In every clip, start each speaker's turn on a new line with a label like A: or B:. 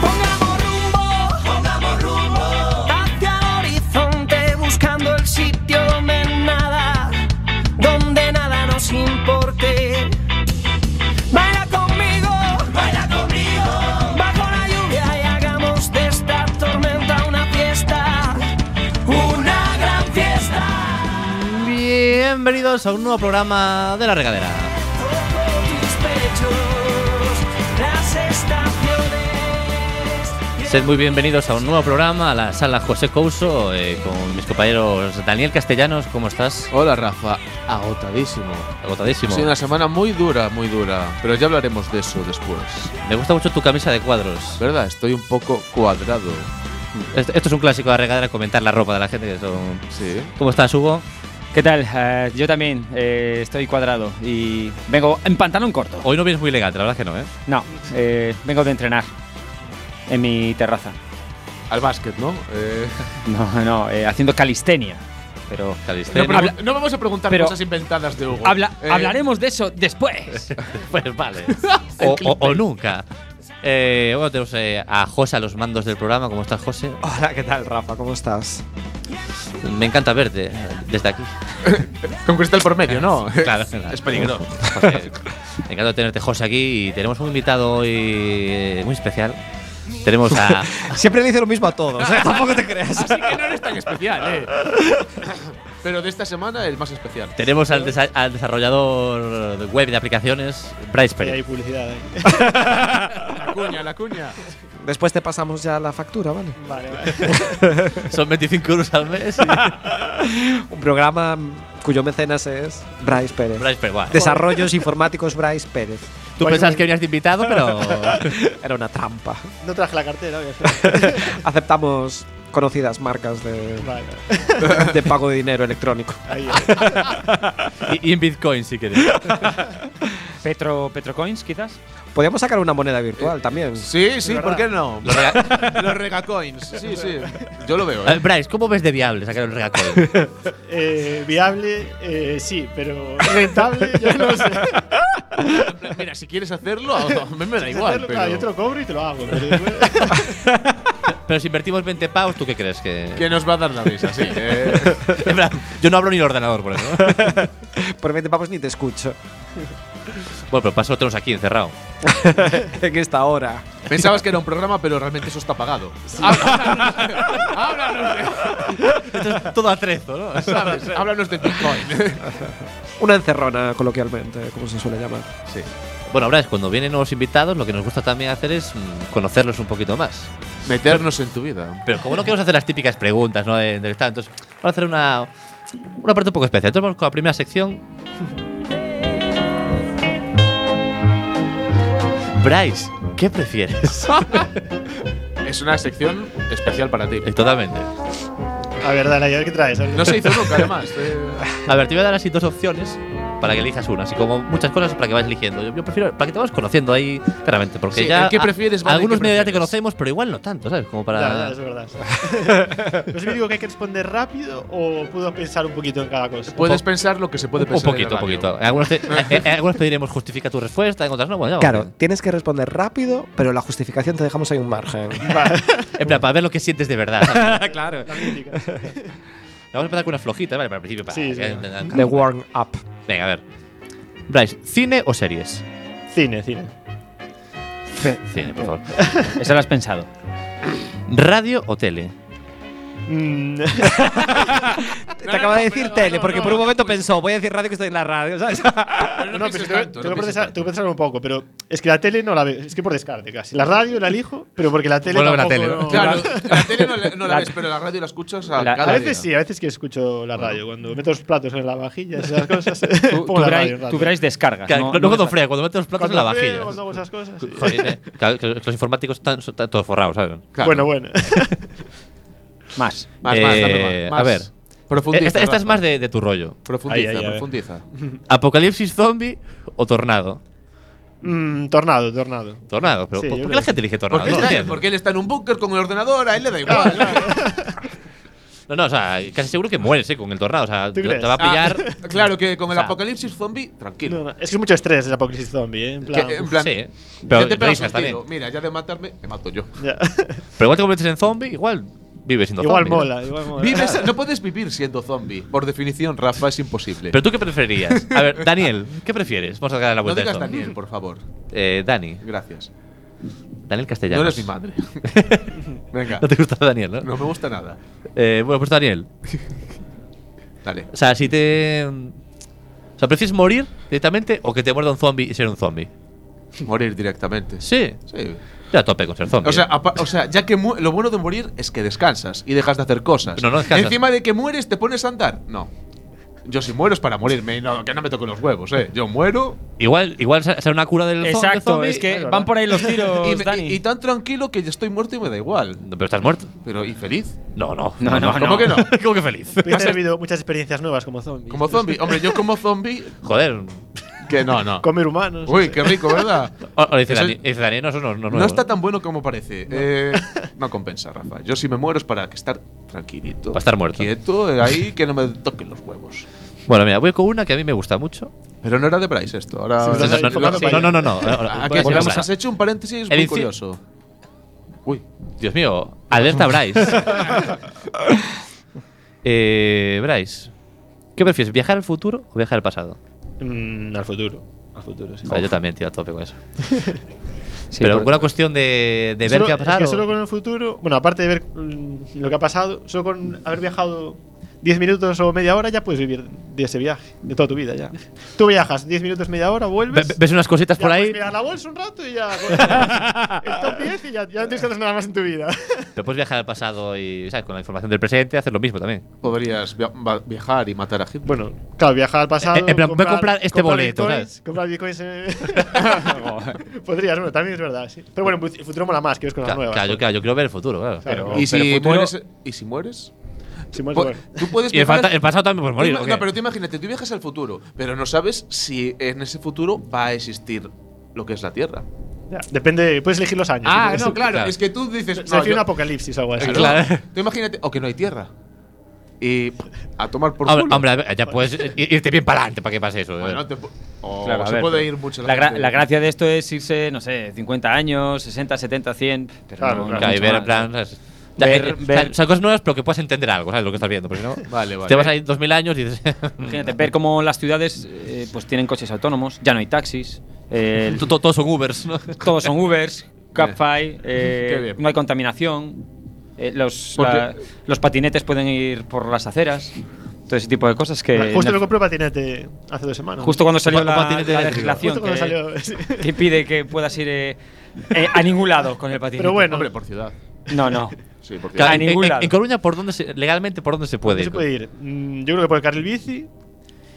A: Pongamos rumbo, pongamos rumbo hacia el horizonte buscando el sitio donde nada, donde nada nos importe. Baila conmigo, baila conmigo bajo la lluvia y hagamos de esta tormenta una fiesta, una gran fiesta.
B: Bienvenidos a un nuevo programa de La Regadera.
A: Por tus pechos, las estaciones.
B: Sed muy bienvenidos a un nuevo programa a la sala José Couso eh, con mis compañeros Daniel Castellanos. ¿Cómo estás?
C: Hola Rafa, agotadísimo.
B: Agotadísimo.
C: Sí, una semana muy dura, muy dura, pero ya hablaremos de eso después.
B: Me gusta mucho tu camisa de cuadros.
C: ¿Verdad? Estoy un poco cuadrado.
B: Esto, esto es un clásico de La Regadera, comentar la ropa de la gente. Que son...
C: Sí.
B: ¿Cómo estás, Hugo?
D: ¿Qué tal? Eh, yo también eh, estoy cuadrado y vengo en pantalón corto.
B: Hoy no vienes muy elegante, la verdad que no, ¿eh?
D: No, eh, vengo de entrenar en mi terraza.
C: Al básquet, ¿no? Eh,
D: No, no, eh, haciendo calistenia. Pero
B: Calistenia.
D: Pero-
C: pregun- no vamos a preguntar
D: pero-
C: cosas inventadas de Hugo.
D: habla-
C: Eh,
D: hablaremos de eso después.
B: Pues vale. o, o- o nunca. Eh, bueno, tenemos eh, a José a los mandos del programa. ¿Cómo estás, José?
E: Hola, ¿qué tal, Rafa? ¿Cómo estás?
B: Me encanta verte eh, desde aquí.
C: Con cristal por medio, ¿no?
B: Claro, claro.
C: es peligroso.
B: José, me encanta tenerte, José, aquí. Y tenemos un invitado hoy eh, muy especial. Tenemos a.
E: Siempre le dice lo mismo a todos, ¿eh? tampoco te creas.
C: Así que no eres tan especial, ¿eh? pero de esta semana el más especial.
B: Tenemos al, desa- al desarrollador de web de aplicaciones, Bryce Pérez.
F: publicidad ¿eh? ahí.
C: La cuña, la cuña.
E: Después te pasamos ya la factura, ¿vale?
F: Vale, vale.
B: Son 25 euros al mes.
E: Un programa mm, cuyo mecenas es Bryce Pérez.
B: Bryce Pérez, guau.
E: Desarrollos informáticos Bryce Pérez.
B: Tú pensabas que venías de invitado, pero.
E: Era una trampa.
F: No traje la cartera, obvio.
E: Aceptamos conocidas marcas de,
F: Vale, vale.
E: de pago de dinero electrónico.
F: Ahí,
B: Y, y en Bitcoin, si quieres.
D: Petro, Petrocoins, quizás.
E: Podríamos sacar una moneda virtual también.
C: Sí, sí, ¿por qué no?
B: Los rega-
C: Los regacoins. Sí, sí. Yo lo veo,
B: Eh,
C: ¿eh?
B: Bryce, ¿cómo ves de viable sacar el regacoin?
F: eh, viable, eh, sí, pero rentable, yo no sé.
C: Mira, si quieres hacerlo, a mí me da
F: Hacerlo,
C: igual.
F: claro, yo te
C: Pero
F: lo cobro y te lo hago. pero después-
B: Pero si invertimos 20 pavos, ¿tú qué crees? Que.
C: que nos va a dar la risa, sí. eh.
B: En plan, Yo no hablo ni el ordenador, por eso. bueno,
E: Por 20 pavos ni te escucho
B: pero paso lo tenemos aquí encerrado.
E: en esta hora.
C: Pensabas que era un programa, pero realmente eso está pagado. Háblanos, háblanos
B: Esto es todo atrezo, ¿no?
C: de, ¿sabes? Háblanos de Bitcoin.
E: Una encerrona, coloquialmente, como se suele llamar.
B: Bueno, ahora es cuando vienen nuevos invitados, lo que nos gusta también hacer es mm, conocerlos un poquito más.
C: Meternos en tu vida.
B: Pero como no queremos hacer las típicas preguntas, ¿no? De, de tal, entonces vamos a hacer una, una parte un poco especial. Entonces vamos con la primera sección. Bryce, ¿qué prefieres?
C: Es una sección especial para ti.
B: Eh, Totalmente.
F: A ver, Dani, a ver qué traes. a ver qué
C: No se
F: traes.
C: hizo nunca, además. eh.
B: A ver, te voy a dar así dos opciones para que elijas una. Así como muchas cosas para que vayas eligiendo. Yo, yo prefiero para que te vayas conociendo ahí claramente. Porque
C: Sí,
B: ya.
C: el que
B: a-
C: prefieres, vale,
B: algunos
C: el que
B: medios ya te
C: prefieres.
B: conocemos, pero igual no tanto, ¿sabes? Como
F: Ya, ya,
B: para.
F: es verdad. No sé si digo que hay que responder rápido o puedo pensar un poquito en cada cosa.
C: Puedes pensar lo que se puede
B: un
C: pensar. en
B: poquito,
C: la
B: un
C: radio.
B: poquito. En algunos, te- en- en algunos pediremos justifica tu respuesta, en otras no. Bueno, ya vamos
E: Claro, tienes que responder rápido, pero la justificación te dejamos ahí un margen.
F: Vale,
B: En plan, para ver lo que sientes de verdad.
E: claro.
F: la mítica.
B: Vamos a empezar con una flojita, ¿vale? Para el principio. Para
F: Sí, sí.
E: The warm up.
B: Venga, a ver. Bryce, ¿cine o series?
F: Cine, cine.
B: Cine, por favor.
D: Eso lo has pensado.
B: ¿Radio o tele?
F: Mm,
E: Te acaba de decir tele, porque por un momento
C: pues
E: pensó, voy a decir radio que estoy en la radio, ¿sabes?
C: Pero
F: no,
C: pienses
F: pero
C: tanto, no
F: tengo que
C: pienses
F: procesar- tengo que pensar un poco, pero es que la tele no la veo. Es que por descarte casi. La radio la elijo, pero porque la tele.
B: Vuelve la
F: tampoco
B: tele, ¿no?
F: no-
C: Claro, la tele no la, no la
F: La-
C: ves, pero la radio la escuchas a
D: La-
C: cada
F: A veces
C: día.
F: sí, a veces que escucho la radio. Cuando meto los platos en la vajilla, esas cosas.
D: Tú,
F: pongo
D: tú
F: la
D: Bryce-
F: radio. en radio.
D: tú Bryce descargas.
B: Claro,
D: no-
B: no,
D: no
B: cuando
D: descargas.
B: frea, cuando metes los platos en la
F: Cuando frío,
B: vajilla.
F: Cuando hago esas cosas. sí.
B: Joder, eh. Claro, que los informáticos están, son- están todos forrados, ¿sabes?
C: Claro.
F: Bueno, bueno.
D: Más.
C: Más, más, dame más,
B: Eh,
C: más.
B: a ver.
C: Profundiza.
B: Esta, esta es
C: Rafa.
B: más de, de tu rollo.
C: Profundiza,
F: Ahí, ahí, a ver.
C: profundiza.
B: ¿Apocalipsis zombie o tornado?
F: Mm, tornado, tornado.
B: Tornado, pero
F: Sí,
B: ¿por,
F: yo
B: por qué
F: creo
B: la gente elige tornado?
C: Porque,
B: No
C: está-
B: entiendo.
C: porque él está en un búnker con el ordenador, a él le da igual.
B: No, no, o sea, casi seguro que mueres, eh, con el tornado. O sea,
F: ¿Tú
B: te,
F: crees?
B: te va a
C: Ah,
B: pillar.
C: claro, que con el
B: O sea,
C: apocalipsis zombie,
F: No,
C: tranquilo.
F: no, es que es mucho estrés el apocalipsis zombie, ¿eh? En
C: Que,
F: plan,
C: en plan,
B: sí,
C: ya
B: pero
C: te pegas
B: risas
C: un tiro.
B: también.
C: Mira, ya de matarme, me mato yo.
F: ya.
B: Pero igual te conviertes en zombie, igual vives siendo
F: igual
B: zombie.
F: mola, eh. igual mola.
C: Vives, no puedes vivir siendo zombie. Por definición, Rafa, es imposible.
B: Pero tú qué preferirías? A ver, Daniel, ¿qué prefieres? Vamos a sacar la
C: no
B: vuelta. a
C: digas
B: esto.
C: Daniel, por favor.
B: Eh, Dani,
C: Gracias.
B: Daniel Castellanos.
C: no eres mi madre. Venga.
B: No te gusta Daniel, ¿no?
C: No me gusta nada.
B: Eh, bueno, pues Daniel.
C: Dale.
B: O sea, si te. mm, O sea, ¿prefieres morir directamente o que te muerda un zombie y ser un zombie?
C: Morir directamente.
B: Sí.
C: Sí.
B: Ya a tope con ser zombie.
C: O sea,
B: eh.
C: apa- o sea, ya que mu- lo bueno de morir es que descansas y dejas de hacer cosas.
B: No, no descansas.
C: Encima de que mueres, te pones a andar. No. Yo si muero es para morirme y no, que no me toquen los huevos, eh. Yo muero
B: igual, igual será una cura del zo- del zombie. eh,
D: Exacto, es que Eh, van por ahí los tiros,
C: y, me-
D: Dani.
C: y- y tan tranquilo que yo estoy muerto y me da igual.
B: No, Pero estás muerto.
C: Pero y feliz.
B: No, Ah, no.
D: No, no,
C: ¿Cómo que no?
B: ¿Cómo que feliz?
F: Tú has vivido muchas experiencias nuevas como zombie.
C: Como zombie. Hombre, yo como zombie.
B: Joder.
C: Que no, no.
F: Comer humanos.
C: Uy, qué rico, ¿verdad?
B: Ahora dice,
C: Eso-
B: Dani- dice Daniel, no, eso no, no,
C: No está tan bueno como parece. Eh, No, compensa, Rafa. Yo si me muero es para que estar tranquilito.
B: Para estar muerto.
C: Quieto, eh, ahí que no me toquen los huevos.
B: Bueno, mira, voy con una que a mí me gusta mucho.
C: Pero no era de Bryce esto. Ahora. Ah,
F: Sí,
B: No,
F: sí, sí.
B: no, no,
F: Sí.
B: no, no, no, no. Ahora,
C: Aquí
B: volvemos
C: has-
B: a-
C: has hecho un paréntesis
B: El
C: muy
B: inci-
C: curioso. Uy,
B: Dios mío, alerta Bryce. eh, Bryce, ¿qué prefieres, viajar al futuro o viajar al pasado?
F: Mm, al futuro. Al futuro, sí.
B: O sea, yo también, tío, a tope con eso.
D: Sí,
B: Pero
D: por-
B: alguna cuestión de, de ver
F: Solo-
B: qué ha
F: es que
B: pasado.
F: solo con el futuro. Bueno, aparte de ver mm, lo que ha pasado, solo con haber viajado 10 minutos o media hora ya puedes vivir de ese viaje, de toda tu vida ya. Tú viajas 10 minutos, media hora,
B: Ve-
F: vuelves.
B: ve- ¿Ves unas cositas
F: ya pues
B: por ahí?
F: puedes mirar la bolsa un rato y ya. pues, el top 10 y ya, ya no tienes que hacer nada más en tu vida.
B: Pero puedes viajar al pasado y, ¿sabes? Con la información del presente, hacer lo mismo también.
C: podrías via- va- viajar y matar a Hitler.
F: Bueno, claro, viajar al pasado.
B: Eh, en plan, voy a comprar este boleto,
F: bitcoins,
B: ¿sabes?
F: Comprar bitcoins. en- Podrías, bueno, también es verdad, sí. Pero bueno, el futuro mola más, que ves cosas
B: Claro,
F: nuevas. pues.
B: claro, yo, claro, yo quiero ver el futuro, claro.
F: Claro.
C: ¿Y,
D: pero
C: si
D: futuro-
C: mueres, ¿Y si mueres?
F: Si mueres,
C: Po-
F: Pues bueno.
C: Pues, Tú puedes
B: Y el,
C: viajar
B: fanta-
C: al-
B: el pasado también puedes morir.
C: Tú
B: ¿o
C: ima-
B: qué?
C: No, pero tú imagínate, tú viajas al futuro, pero no sabes si en ese futuro va a existir lo que es la Tierra.
F: Ya, Depende, puedes elegir los años.
B: Ah,
F: Entonces,
B: claro.
C: Es que tú dices.
F: Se
C: no,
F: refiere
C: yo-
F: un apocalipsis o algo así.
C: claro,
B: Claro.
C: Tú imagínate, o que no hay Tierra. Y a tomar por
B: Hombre,
C: culo.
B: hombre, a ver, ya puedes i- irte bien para adelante para que pase eso. eh.
C: Bueno, te pu- o
D: Claro, a
C: se
D: ver,
C: puede
D: pero
C: ir mucho
D: la, gra-
C: gente.
D: la gracia de esto es irse, no sé, 50 años, 60, 70, 100. Pero
F: Claro,
D: no- no
F: claro.
B: Claro, y
D: mucho
B: ver,
D: más.
B: en plan, ¿sabes?
D: Ver-
B: Ya, eh,
D: ver-
B: o sea, cosas nuevas, pero que puedas entender algo, ¿sabes? Lo que estás viendo. Porque si no,
C: Vale, vale.
B: te vas ahí 2000 años y dices.
D: Imagínate, ver cómo las ciudades eh, pues tienen coches autónomos, ya no hay taxis, eh,
B: to- to- Todos son Ubers, ¿no?
D: todos son Ubers, Cabify, eh,
C: Qué bien.
D: no hay contaminación, eh, los,
C: Porque-
D: la- los patinetes pueden ir por las aceras, todo ese tipo de cosas que
F: Ah, Justo lo
D: no-
F: compré patinete hace dos semanas.
D: justo cuando salió
B: Un
D: la,
B: patinete
D: la
B: eléctrico.
D: legislación
F: Justo cuando
D: que,
F: salió, sí.
D: que pide que puedas ir eh, eh, a ningún lado con el patinete.
F: Pero bueno,
C: Hombre, por ciudad.
D: No, no.
C: Sí, por ciudad.
D: Claro,
B: Claro,
D: a
B: en,
D: ningún
B: en-
D: lado.
B: en Coruña, ¿por dónde se- legalmente, ¿por dónde se puede
F: ¿dónde se
B: ir?
F: puede ir? Mm, Yo creo que por el carril bici.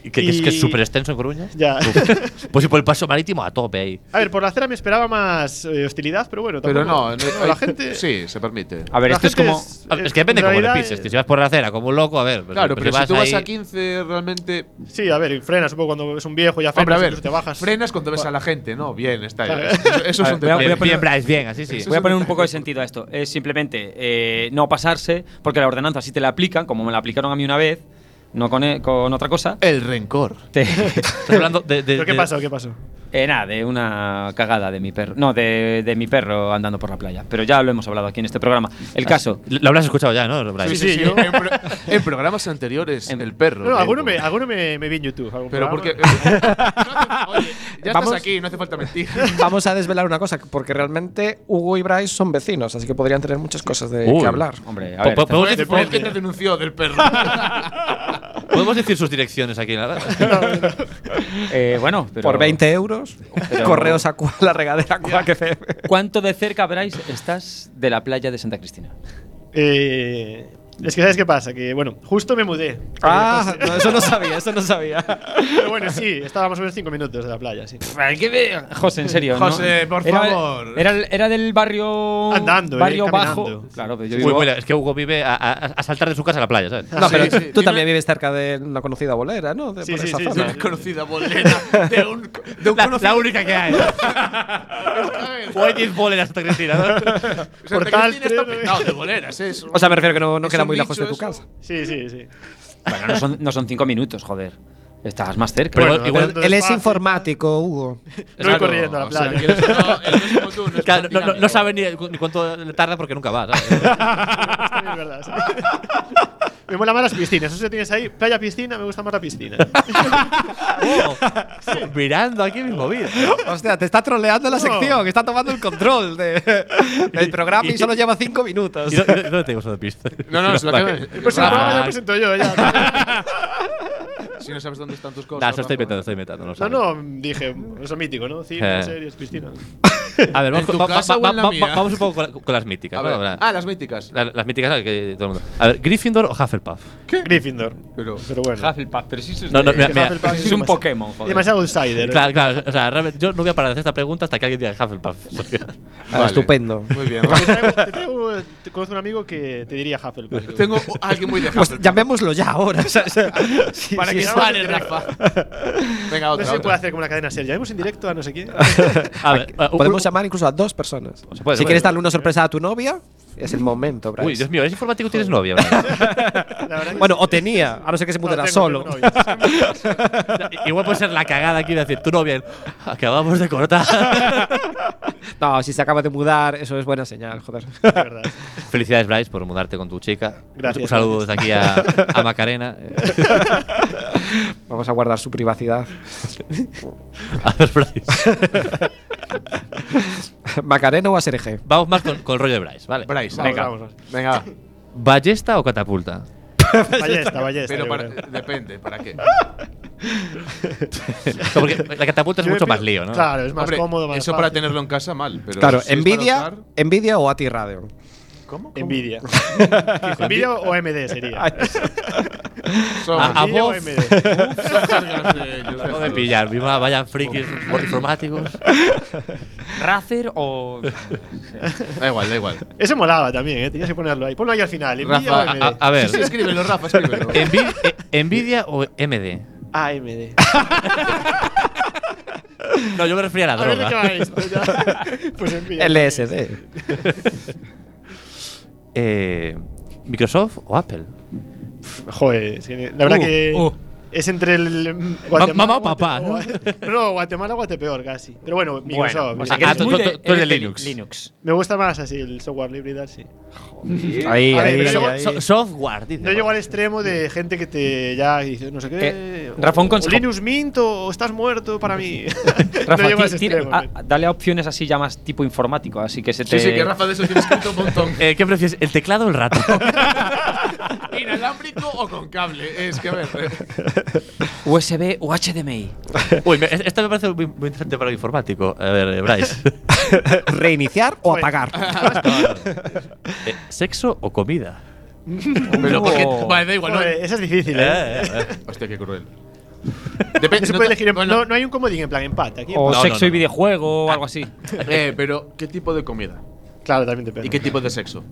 B: Que, que es, que es
F: Y-
B: súper extenso en Coruña.
F: Ya.
B: Uf. pues si por el paso marítimo a tope ahí.
F: A ver, por la acera me esperaba más eh, hostilidad, pero bueno.
C: Pero
F: tampoco-
C: no, no,
F: Bueno,
C: hay-
F: la gente.
C: Sí, se permite.
D: A ver,
F: la
D: esto es
F: gente
D: como
B: A ver, Ah, Es que depende
F: en
B: cómo le
F: realidad,
B: pises.
F: eh,
B: tío. Si vas por la acera como un loco, a ver.
C: Claro, pero, si tú vas a
B: ahí-
C: 15, realmente.
F: Sí, a ver, frenas un poco cuando es un viejo, ya frenas,
C: Hombre, a ver,
F: incluso te bajas.
C: frenas cuando ves a la gente, ¿no? Bien, está bien. Eso, eso
D: A
C: es
D: ver,
C: un
D: voy a-
C: detalle.
B: Bien,
D: poner-
B: bien, Bryce, bien, así sí.
D: Voy a poner un poco de sentido a esto. Es simplemente eh, no pasarse, porque la ordenanza sí te la aplican, como me la aplicaron a mí una vez, no con, eh, con otra cosa.
C: El rencor.
D: Te-
B: Estás hablando de. de-
F: ¿Pero qué
B: de-
F: pasó? ¿Qué pasó?
D: eh, nada, de una cagada de mi perro. No, de, de mi perro andando por la playa. Pero ya lo hemos hablado aquí en este programa. El caso.
B: Lo habrás escuchado ya, ¿no, Bryce?
F: Sí, sí, yo-
C: En, pro- en programas anteriores,
D: En-
C: el perro.
F: No, no, alguno, me,
C: el-
F: alguno me, me vi en YouTube. algún
C: Pero
F: programa.
C: porque. no hace- oye, ya
E: Vamos.
C: estás aquí, no hace falta mentir.
E: Vamos a desvelar una cosa, porque realmente Hugo y Bryce son vecinos, así que podrían tener muchas cosas de
B: Uy.
E: que hablar.
D: Hombre, a
B: Po-
D: ver.
B: po- ¿Podemos,
C: Fue
B: decir,
C: fue el que te denunció del perro.
B: podemos decir sus direcciones aquí, la verdad.
D: eh, bueno, pero.
E: Por 20 euros,
D: Pero-
E: correos a cua- la regadera cua que fe-
D: ¿Cuánto de cerca, Bryce, estás de la playa de Santa Cristina?
F: Eh, Es que sabes qué pasa, que bueno, justo me mudé.
E: Ah, no, eso no sabía, eso no sabía.
F: Pero bueno, sí, estábamos a menos 5 minutos de la playa, sí.
D: Ay, qué ve- José, en serio. ¿no?
C: José, por
D: Era-
C: favor.
D: Era, el- era del barrio.
F: Andando, eh,
D: barrio
F: caminando.
D: bajo. Claro, pero yo
B: Uy,
D: vivo-
B: bueno, es que Hugo vive a, a- a saltar de su casa a la playa, ¿sabes?
E: No, pero
C: Sí, sí.
E: tú también vives cerca de una conocida bolera, ¿no? De,
F: Sí,
E: por
F: sí,
E: esa
F: sí,
E: zona.
F: sí.
C: Una conocida bolera de un, de un
B: La,
C: conocido.
B: la única que hay. Hay 10 boleras hasta Cristina, ¿no?
C: O sea,
F: Portal
C: Cristina está
F: tres,
C: petado de boleras, es.
E: O sea, me refiero que no, no
C: Es
E: queda
C: un
E: muy lejos
C: bicho
E: de tu
C: eso.
E: casa.
F: Sí, sí, sí.
D: Bueno, no son, no son cinco minutos, joder. Estás más cerca.
B: Pero
F: Bueno,
B: igual-
F: andando
E: Él es
F: despacio.
E: informático, Hugo.
F: No voy corriendo a la
C: O sea,
F: playa.
C: que eres- no, eres como tú, no es
B: Claro, no,
C: tan
B: no-
C: dinámico.
B: no sabe ni, ni cuánto le tarda porque nunca va, ¿sabes?
F: También es verdad, sí. Me mola más las piscinas. Eso tienes ahí. Playa, piscina, me gusta más la piscina. Pues
B: Oh, mirando aquí mis movidas.
E: Hostia, te está troleando la sección, está tomando el control de- del programa y solo lleva cinco minutos.
B: ¿Y dó- y dónde tengo esa pista?
C: No, no, se lo
B: Vale.
C: acabo de-
F: Pues el
C: Rafa,
F: programa lo presento yo ya.
C: Si no sabes dónde están tus cosas.
B: Nah, eso estoy
C: Rafa.
B: inventando, estoy inventando. No, lo
F: No,
B: sabes.
F: no, dije, eso mítico, ¿no? Cine,
B: Eh.
F: series, piscina.
B: A ver, vamos,
C: ¿En tu
B: va-
C: casa
B: va-
C: o en la
B: va-
C: mía?
B: va- vamos un poco con, la- con las míticas.
C: A
B: ¿no?
C: ver.
B: Ahora,
C: Ah, las míticas.
B: la- las míticas ¿sabes? que todo el mundo. A ver, ¿Gryffindor o Hufflepuff?
F: Gryffindor.
C: Pero.
F: Pero bueno.
D: Hufflepuff, pero sí es.
B: No, no, mira, mira.
F: Hufflepuff
D: es un Pokémon, joder.
F: Demasiado outsider. ¿eh?
B: Claro, claro. O sea, realmente yo no voy a parar de hacer esta pregunta hasta que alguien diga Hufflepuff.
E: Ah, Estupendo.
C: Muy bien.
F: Te traigo- te traigo- te conozco un amigo que te diría Hufflepuff.
C: Tengo a alguien muy dejado.
E: Pues llamémoslo ya ahora. o sea, o sea, sí,
C: Para
E: sí,
C: que
E: sí.
C: sale, Rafa. Venga,
F: No
C: otra.
F: se puede
C: otra.
F: hacer como una cadena ser. Llamemos en directo a no sé quién.
B: A ver, uh, uh,
E: Podemos
B: uh,
E: llamar incluso a dos personas.
B: Pues Se puede,
E: si
B: se
E: quieres
B: puede.
E: darle una sorpresa a tu novia, es el momento, Bryce.
B: Uy, Dios mío, ¿eres informático y tienes novia? ¿verdad?
F: La verdad que-
E: Bueno, o tenía, a no ser que se
F: No,
E: mudara
F: tengo-
E: solo.
F: tengo novia.
B: Igual puede ser la cagada aquí de decir, tu novia, acabamos de cortar.
E: No, si se acaba de mudar, eso es buena señal, joder.
F: Es verdad.
B: Felicidades, Bryce, por mudarte con tu chica.
F: Gracias,
B: Un saludo desde aquí a, a Macarena.
E: Vamos a guardar su privacidad.
B: A ver, Bryce.
E: ¿Macarena o ASRG?
B: Vamos más con, con el rollo de Bryce, ¿vale?
C: Bryce,
F: Venga.
C: vamos, vamos. Venga, va.
B: ¿Ballesta o catapulta?
F: Ballesta, ballesta.
C: Pero
F: yo
C: para,
F: creo.
C: depende, ¿para qué?
B: Porque la catapulta es
F: Yo me
B: mucho más
F: pido-
B: lío, ¿no?
F: Claro, es más
C: Hombre,
F: cómodo, más
C: Eso para
F: fácil.
C: tenerlo en casa, mal. Pero
E: Claro,
C: si es para
E: Nvidia,
C: usar-
E: Nvidia o AT Radio.
C: ¿Cómo?
F: Envidia. Envidia o MD sería.
C: Son
B: Ah, ah,
F: Envidia o
B: vos.
F: MD.
C: son cargas de ellos,
B: Acabo
C: déjalos.
B: de pillar, viva, vayan frikis por informáticos.
D: Razer o.
C: Da igual, da igual.
F: Ese molaba también, ¿eh? Tenías que ponerlo ahí. Ponlo ahí al final.
C: Rafa,
F: Envidia o MD.
B: A, a ver,
C: Sí, sí, escríbelo, Rafa, escríbelo.
B: Envi- eh, ¿Nvidia o MD?
F: AMD.
B: No, yo me refería a la
F: A ver de qué va
B: droga.
F: esto. ya. Pues envidia.
E: E LSD.
B: Eh, ¿Microsoft o Apple?
F: Joder, es que la verdad
B: Uh,
F: que.
B: uh.
F: Es entre el. mm,
B: mamá o
F: Guate-
B: papá,
F: o- No, Guatemala o Guatepeor casi. Pero bueno, Microsoft.
D: o sea, que
B: Ah,
D: eres
B: tú-
D: muy
B: tú-
D: de-
B: tú eres de
D: eres
B: Linux.
D: Linux.
F: Me gusta más así el software libre y tal, sí.
E: Ahí,
F: A ver,
E: ahí,
F: pero yo-
E: ahí.
B: So- software, dice.
F: No llego al extremo de gente que te ya dice, no sé qué.
D: Eh, Rafa, un
F: o
D: consejo.
F: Linux Mint o estás muerto para mí.
D: Rafa,
F: no llego a ese
D: ti-
B: este-
D: ah, tira-
F: extremo.
D: a- dale a opciones así ya más tipo informático, así que se te.
C: Sí, sí, que Rafa de eso tiene escrito un montón.
B: Eh, ¿Qué prefieres, el teclado o el rato?
C: ¿Inalámbrico o con cable? Es que a ver. eh.
D: USB o HDMI.
B: Uy, me- esta me parece muy, muy interesante para el informático. A ver, eh, Bryce.
E: ¿Reiniciar o
F: Bueno.
E: apagar?
B: Eh, ¿Sexo o comida?
C: Pero porque.
D: Oh.
C: Vale, da igual. No,
F: Joder, esa es difícil, ¿eh?
B: Eh, eh, eh.
C: Hostia, qué cruel.
F: No
C: Depende,
F: se puede
C: te-
F: elegir. en-
C: bueno,
F: no, no hay un comodín en plan empate aquí.
D: O
G: Oh.
B: No, no,
D: sexo
B: no,
D: y
B: no.
D: videojuego o algo así.
C: eh, pero, ¿qué tipo de comida?
F: Claro, también depende.
C: ¿Y qué tipo de sexo?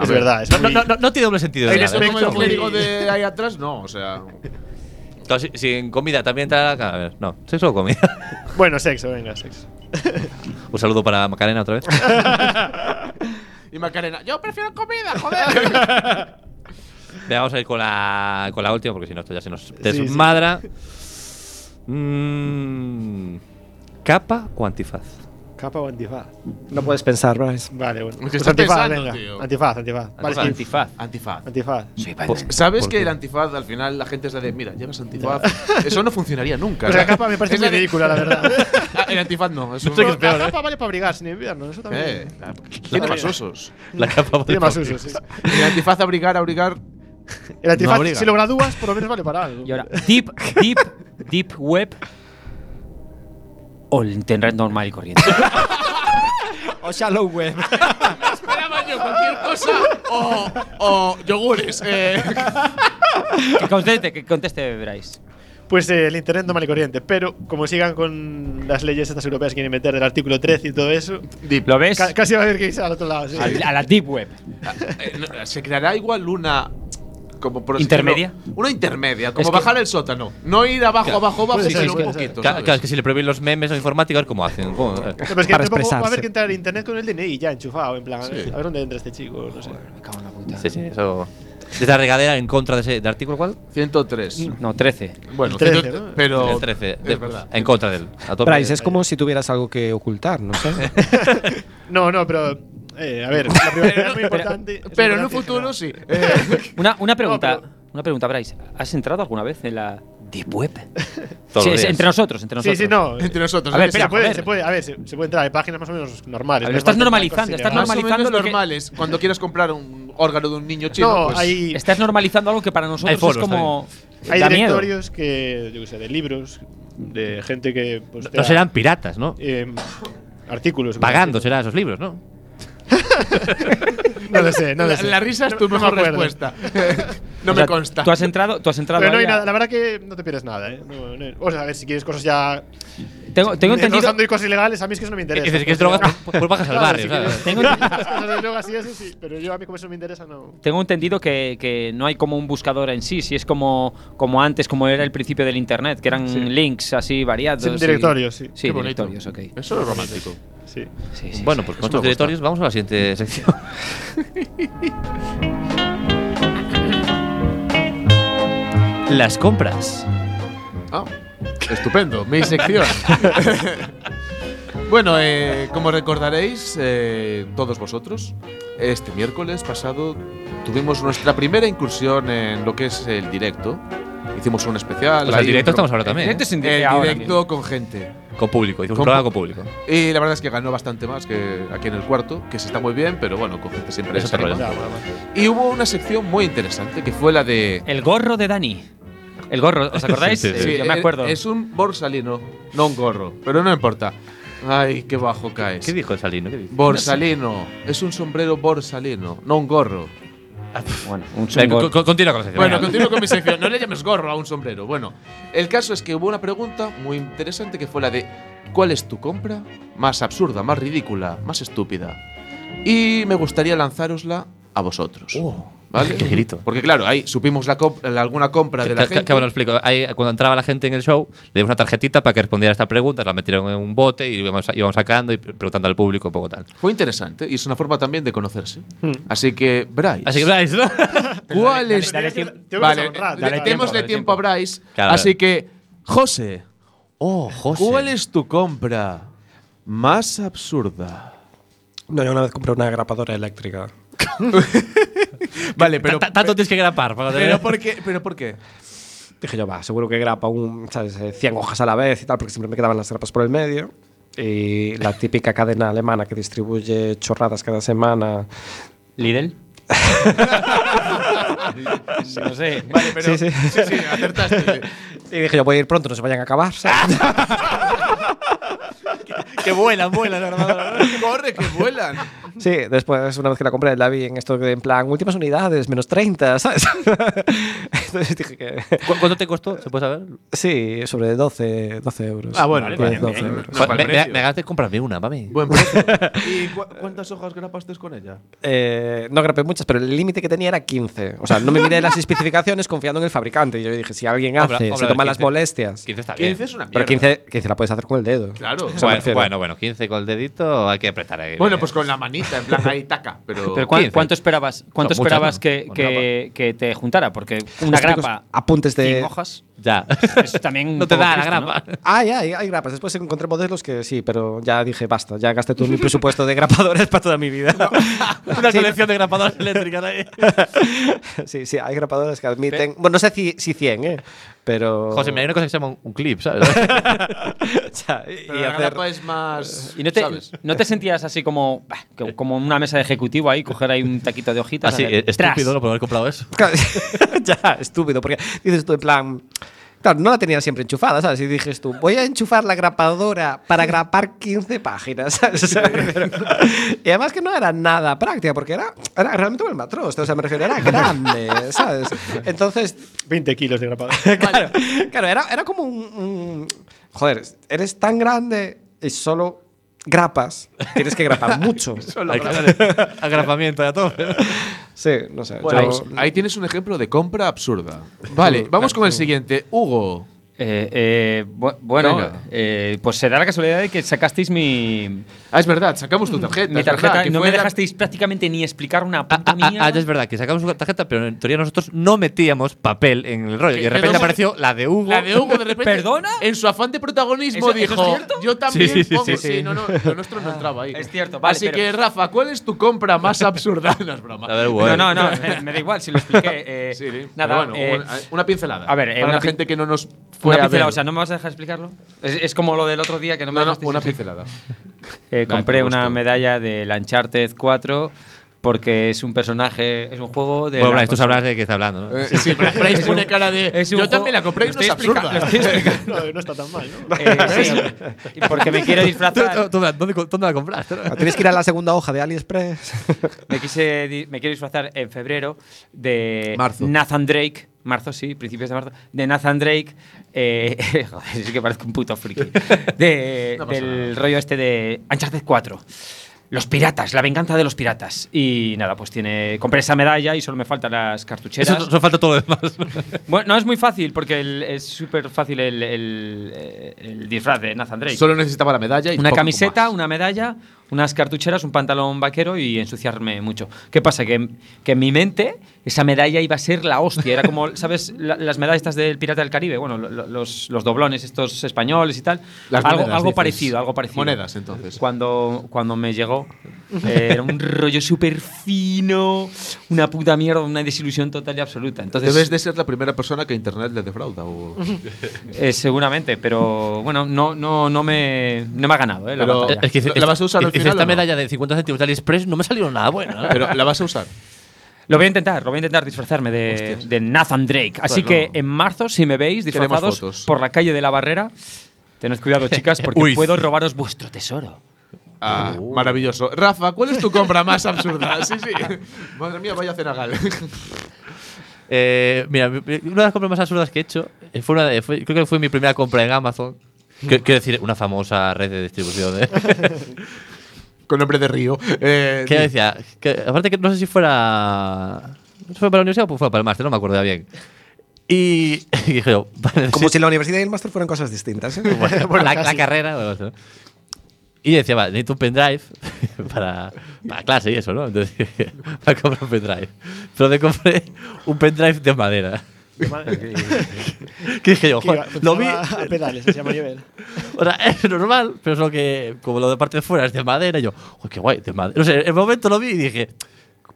F: Es verdad, es
B: No, no,
F: muy-
B: no, no- no tiene doble sentido. ¿eh?
F: Hay
B: ya,
F: un
B: ¿no?
C: ¿Como el
F: Sexo muy-
C: clérigo de ahí atrás? No, o sea.
B: Claro, si, si en comida también está. A ver, no, sexo o comida.
F: Bueno, sexo, venga, sexo.
B: Un saludo para Macarena otra vez.
C: Y Macarena, yo prefiero comida, joder.
B: Venga, vamos a ir con la, con la última porque si no, esto ya se nos
F: sí.
B: desmadra. Mm, ¿Capa o antifaz?
F: Capa o antifaz.
E: No puedes pensar, Bryce.
F: Vale, bueno.
C: que
F: Pues
C: estás
F: antifaz,
C: pensando,
F: venga.
C: tío.
F: Antifaz, antifaz. Vale,
B: Antifaz.
F: sí,
D: Antifaz.
C: Antifaz. Pues,
F: antifaz.
C: ¿Sabes
B: ¿Por
C: que
B: qué?
C: el antifaz al final la gente es la de, mira, llevas antifaz? Eso no funcionaría nunca.
F: Pues la capa me parece
C: Es
F: muy
C: de-
F: ridícula, la verdad.
C: Ah, el antifaz no, es un.
F: Pero la capa vale para abrigarse en invierno, eso también.
C: Eh, la- tiene más usos.
B: La capa
F: Tiene más usos, sí.
C: El antifaz abrigar, abrigar.
F: El antifaz,
C: abriga.
F: si lo gradúas, por lo menos vale para algo.
D: Y ahora, Deep, Deep, Deep Web o el Internet normal y corriente.
E: O Shallow Web.
C: Esperaba yo cualquier cosa o, o yogures. eh.
D: Que conteste, que conteste Bryce.
F: Pues eh, el internet no mal y corriente. Pero como sigan con las leyes estas europeas que quieren meter del artículo 13 y todo eso,
D: ¿Lo ves?
F: ca- casi va a haber que irse al otro lado. sí.
D: Al- a la Deep Web.
C: Eh, no, Se creará igual una. Como por así
D: ¿Intermedia?
C: decirlo, Una intermedia, como
D: Es que-
C: bajar el sótano. No ir abajo, abajo, abajo,
F: Puede ser,
C: sino un
F: puede ser.
C: poquito.
B: Claro,
C: ¿sabes?
B: claro, es que si le prohíben los memes o informática, a ver cómo hacen. ¿Cómo? Eh,
F: No, pero es que
E: Para
F: tampoco va a haber
E: expresarse.
F: que entrar al internet con el DNI ya enchufado, en plan, a ver- a ver dónde entra este chico, no sé.
B: Sí, sí, eso. Desde la regadera en contra de ese de artículo, ¿cuál?
C: 103.
D: No, 13.
C: Bueno,
F: El 13,
C: 100,
F: ¿no?
C: pero.
B: el 13.
C: Es
B: de-
C: verdad.
B: En contra de él. A tope.
E: Bryce, es como si tuvieras algo que ocultar, no sé.
F: No, no, pero. eh, a ver, la privacidad es muy importante. es
C: Pero en un
F: importante
C: futuro
F: general.
C: sí. Eh,
D: Una, una pregunta,
F: pero-
D: una pregunta, Bryce. ¿Has entrado alguna vez en la Deep Web?
B: Todos
D: Sí,
B: los
D: es
B: días.
D: entre nosotros, entre
F: Sí,
D: nosotros.
F: sí, no.
C: entre nosotros.
D: A ver,
C: ¿no?
D: espera,
F: se puede,
D: joder.
F: se puede, a ver, se, se puede entrar en páginas más o menos normales.
D: Lo
F: no es
D: estás
F: bastante
D: normalizando,
F: cosas
D: estás
F: ilegales.
C: más o menos
D: normalizando lo que-
C: normales. Cuando quieras comprar un órgano de un niño chino,
F: No,
C: pues,
F: hay,
D: Estás normalizando algo que para
B: Hay
D: nosotros
B: foros
D: es como.
F: hay
D: da miedo.
F: directorios que, yo qué sé, de libros, de gente que. Pues,
B: No serán piratas, ¿no?
F: Em, artículos.
B: Pagando serán esos libros, ¿no?
F: No lo sé, no lo
C: la,
F: sé.
C: la risa es tu
F: No me
C: mejor
F: acuerdo.
C: respuesta. no
D: O sea,
C: me consta.
D: Tú has entrado, tú has entrado.
F: Pero no
D: ahí
F: hay
D: a-
F: nada, la verdad que no te pierdes nada, ¿eh? No, no- o sea, a ver, si quieres cosas ya.
D: Tengo, tengo entendido.
F: rozando y cosas ilegales, a mí es que eso no me interesa.
B: Dices que es drogas, pues- pues bajas al
F: Claro,
B: barrio,
F: si
B: ¿sabes?
F: quieres-
D: Tengo,
F: Las cosas de drogas y eso sí, pero yo a mí como eso no me interesa, no.
D: tengo entendido que, que no hay como un buscador en sí, si es como, como antes, como era el principio del internet, que eran links así variados.
F: Sí,
D: y-
F: directorios, sí.
D: Sí,
C: Qué bonito.
D: directorios, ok.
C: Eso es romántico.
F: Sí.
D: Sí, sí,
B: Bueno,
D: sí.
B: pues con
C: Eso
B: estos
C: me gusta.
B: directorios vamos a la siguiente sección. Las compras.
C: Ah, estupendo, mi sección. bueno, eh, como recordaréis, eh, todos vosotros, este miércoles pasado tuvimos nuestra primera incursión en lo que es el directo. Hicimos un especial.
B: O sea, el
C: ahí
B: directo
C: un pro-
B: estamos ahora también.
D: Directo
B: ¿eh?
D: sin
C: El
D: ahora
C: directo con gente.
B: Con público, hicimos un
C: Con-
B: programa con público.
C: Y la verdad es que ganó bastante más que aquí en el cuarto, que se está muy bien, pero bueno, con gente siempre
B: Eso
C: se
B: te
C: anima.
B: rollo.
F: Ya, bueno, bueno.
C: Y hubo una sección muy interesante que fue la de.
D: mismo. El gorro de Dani. El gorro, ¿os acordáis?
B: Sí, sí, sí.
D: Eh, yo me
C: eh,
D: acuerdo.
C: Es un borsalino, no un gorro, pero no importa. Ay, qué bajo caes.
B: ¿Qué dijo el Salino? ¿Qué dijo?
C: Borsalino. Es un sombrero borsalino, no un gorro.
D: Bueno, un
B: Eh, co-
D: gorro.
B: co- Continúa con la sección.
C: Bueno,
B: venga.
C: continúo con mi sección. No le llames gorro a un sombrero. Bueno, el caso es que hubo una pregunta muy interesante que fue la de ¿cuál es tu compra más absurda, más ridícula, más estúpida? Y me gustaría lanzarosla a vosotros. ¿Vale?
B: Oh, qué girito.
C: Porque claro, ahí supimos la comp- la- alguna compra de la
B: Ca- ca-
C: gente.
B: que bueno, lo explico. Ahí, cuando entraba la gente en el show, le dimos una tarjetita para que respondiera a estas preguntas, la metieron en un bote y íbamos, íbamos sacando y pre- preguntando al público un poco tal.
C: Fue interesante y es una forma también de conocerse. Así que, Bryce.
B: Hmm. Así que, Bryce, ¿no?
C: ¿Cuál es?
F: dale tiempo- tengo que
C: vale,
F: honrar,
C: le-
F: dale tiempo,
C: démosle
D: dale
C: tiempo a Bryce.
B: Claro,
C: así
B: claro.
C: que, José,
B: Oh, José.
C: ¿cuál es tu compra más absurda?
G: No, yo una vez compré una grapadora eléctrica.
C: Vale,
B: Ta-
C: pero
B: ta- Tanto tienes que grapar para
C: pero por qué, pero por qué?
G: Dije yo, va, seguro que grapa un, ¿sabes? eh, 100 hojas a la vez y tal, porque siempre me quedaban las grapas por el medio. Y la típica cadena alemana que distribuye chorradas cada semana.
D: ¿Lidl? no sé.
C: Vale, pero
G: Sí, sí.
C: sí, acertaste.
G: Y dije yo, voy a ir pronto, no se vayan a acabar. ¿sabes?
B: que vuelan, vuelan.
C: Corre que vuelan.
G: sí, después, una vez que la compré, la vi en esto de, en plan, últimas unidades, menos 30, ¿sabes? Entonces dije que.
B: ¿Cuánto te costó? ¿Se puede saber?
G: Sí, sobre 12, 12 euros.
C: Ah, bueno, vale,
G: 10,
C: bien,
G: 12
C: bien.
G: euros.
C: No, para el
B: me, me,
C: precio.
B: me hagas de comprarme una, mami.
C: Buen precio. ¿Y cu- cuántas hojas grapaste con ella?
G: Eh, no grapé muchas, pero el límite que tenía era 15. O sea, no me miré las especificaciones confiando en el fabricante. Y yo dije, si alguien hace,
B: Obra- obra
G: se
B: Ah, de
G: toma las
B: 15.
G: molestias.
B: 15 está bien.
C: 15 es una mierda.
G: Pero 15, 15 la puedes hacer con el dedo.
C: Claro.
G: O sea, me
B: Bueno,
G: refiero.
B: bueno, bueno, 15 con el dedito hay que apretar ahí.
C: Bueno, pues con la manita, en plan ahí taca, pero,
D: Pero ¿cuán-
B: 15.
D: ¿cuánto esperabas, cuánto
B: No, muchas,
D: esperabas
B: ¿no?
D: que,
B: Una
D: que- que te juntara? Porque una
G: Los
D: grapa,
G: típicos Apuntes de.
D: 100 hojas,
B: Ya.
D: eso también un
B: este- no te
D: poco
B: da la
D: triste, ¿no?
B: grapa.
G: Ay, ay, hay grapas. Después encontré modelos que sí, pero ya dije, basta, ya gasté todo mi presupuesto de grapadores para toda mi vida.
B: Una colección de grapadoras eléctricas ahí.
G: sí, sí, hay grapadores que admiten. Bueno, no sé si, si 100, ¿eh? Pero.
B: José, me hay una cosa que se llama un, un clip, ¿sabes?
G: O sea, y
C: pero la
G: hacer-
C: grapa es más.
D: ¿Y no te,
C: ¿sabes? Eh.
D: no te sentías así como, bah, que- como en una mesa de ejecutivo ahí, coger ahí un taquito de hojitas?
B: Así,
D: hacer
B: estúpido
D: tras?
B: no por haber comprado eso.
G: Claro, ya, estúpido, porque dices tú en plan, Claro, no la tenía siempre enchufada, ¿sabes? Y dijes tú, voy a enchufar la grapadora para grapar 15 páginas, ¿sabes? O sea, me refiero- y además que no era nada práctica, porque era, era realmente un albatros, o sea, me refiero, era grande, ¿sabes? Entonces,
F: 20 kilos de grapado.
G: claro, claro, era, era como un, un- Joder, eres tan grande y solo grapas, tienes que grapar mucho.
B: Hay que darle agrafamiento a todo.
G: Sí, no sé.
C: Bueno,
G: yo-
C: ahí tienes un ejemplo de compra absurda. Vale, vamos con el siguiente. Hugo.
D: Eh, eh, bu- bueno,
C: Venga.
D: eh, pues se da la casualidad de que sacasteis mi,
C: Ah, es verdad, sacamos tu tarjeta.
D: mi
C: es verdad,
D: tarjeta.
C: que
D: No
C: fue
D: me
C: la-
D: dejasteis prácticamente ni explicar una puta
B: Ah, ah,
D: mierda.
B: ah, ya es verdad que sacamos una tarjeta, pero en teoría nosotros no metíamos papel en el rollo.
C: Que-
B: Y de
C: que
B: repente
C: no-
B: apareció la de Hugo.
C: La de Hugo de repente.
D: ¿Perdona?
C: En su afán de protagonismo
D: ¿Eso- eso es
C: dijo.
D: cierto?
C: Yo también.
B: Sí, sí, sí,
C: pongo".
B: sí, sí.
C: no, no, lo nuestro no entraba ahí.
D: es cierto, vale,
C: Así
D: pero-
C: que, Rafa, ¿cuál es tu compra más absurda? No es broma.
B: La de Hugo.
D: No,
B: eh.
D: no, no, me, me da igual si lo expliqué. eh,
C: Sí, sí.
D: Nada,
C: Pero bueno,
D: eh,
C: una, una pincelada.
D: a ver, eh,
C: para
D: una
C: la
D: pin-
C: gente que no nos fue a
D: una
C: ver.
D: pincelada, o sea, ¿no me vas a dejar explicarlo? Es, es como lo del otro día que no me
C: no, no,
D: dejasteis
C: una
D: explicar.
C: pincelada. Vale,
D: Eh,
C: pues
D: compré
C: por
D: una
C: gusto.
D: medalla de Uncharted 4 porque es un personaje, es un juego de.
B: Bueno,
D: la
B: Bryce, tú
D: consola.
B: sabrás de qué está hablando, ¿no?
C: Eh, sí, Bryce Bryce pone cara de.
D: es un
C: Yo también
D: juego-
C: la compré y
D: lo
C: no es
D: estoy explica-
C: absurda.
D: lo estoy explicando.
F: no, no está tan mal, ¿no?
D: Eh, sí, y porque me quiero disfrazar.
B: ¿Dónde, ¿Dónde la compraste? no?
G: Tienes que ir a la segunda hoja de AliExpress.
D: Me, quise, di- me quiero disfrazar en febrero de
C: Marzo.
D: Nathan Drake. Marzo, sí, principios de marzo. De Nathan Drake. eh, joder, es que parezco un puto friki. De-
C: No pasa
D: del rollo este de Uncharted 4. Los piratas, la venganza de los piratas. Y nada, pues tiene. Compré esa medalla y solo me faltan las cartucheras.
B: Eso solo falta todo lo demás.
D: Bueno, no es muy fácil porque el- es súper fácil el, el- eh, el disfraz de Nathan Drake.
C: Solo necesitaba la medalla y
D: una
C: poco
D: camiseta,
C: más.
D: una medalla, unas cartucheras, un pantalón vaquero y ensuciarme mucho. ¿Qué pasa? Que, que en mi mente esa medalla iba a ser la hostia. Era como, ¿sabes? La- las medallas estas del Pirata del Caribe, bueno, lo- lo- los, los doblones estos españoles y tal.
C: Las
D: algo
C: monedas,
D: algo
C: dices.
D: parecido, algo parecido.
C: Monedas, entonces.
D: Cuando, cuando me llegó, eh, era un rollo súper fino, una puta mierda, una desilusión total y absoluta. Entonces,
C: Debes de ser la primera persona que Internet le defrauda. Hugo.
D: Eh, seguramente, pero bueno, no, no, no, me, no me ha ganado, eh, la
C: Pero-
D: batalla.
C: Es que ¿La vas a usar al
B: dice,
C: final
B: Esta
C: o no?
B: medalla de 50 céntimos de AliExpress no me salió nada bueno. ¿eh? ¿no?
C: Pero la vas a usar.
D: Lo voy a intentar, lo voy a intentar disfrazarme de,
C: Hostias.
D: de Nathan Drake. Así
C: Bueno.
D: que en marzo, si me veis
C: Queremos
D: disfrazados
C: fotos.
D: por la calle de la Barrera, tened cuidado, chicas, porque
B: Uy.
D: puedo robaros vuestro tesoro.
C: Ah,
D: Uh.
C: maravilloso. Rafa, ¿cuál es tu compra más absurda? Sí, sí. Madre mía, vaya a hacer a Gal.
B: Eh, mira, mi- mi- una de las compras más absurdas que he hecho eh, fue una de- fue- creo que fue mi primera compra en Amazon.
C: Mm.
B: Que- Quiero decir, una famosa red de distribución. ¿eh?
C: Con nombre de Río. Eh,
B: que
C: di-
B: decía, que, aparte que no sé si fuera. no sé si ¿Fue para la universidad o fue para el máster? No me acuerdo ya bien. Y, y dije, yo, vale,
G: Como
B: sí,
G: si la universidad y el máster fueran cosas distintas. ¿eh?
B: la, la carrera. bueno, eso, ¿no? Y decía, vale, necesito un pendrive para, para clase y eso, ¿no? Entonces, dije, voy a comprar un pendrive. Pero me compré un pendrive de madera. Que dije yo, joder, lo vi.
F: A pedales, se llama Joel.
B: O sea, es normal, pero es lo que, como lo de parte de fuera es de madera, y yo, "Joder, qué guay, de madera. No sé, en el momento lo vi y dije,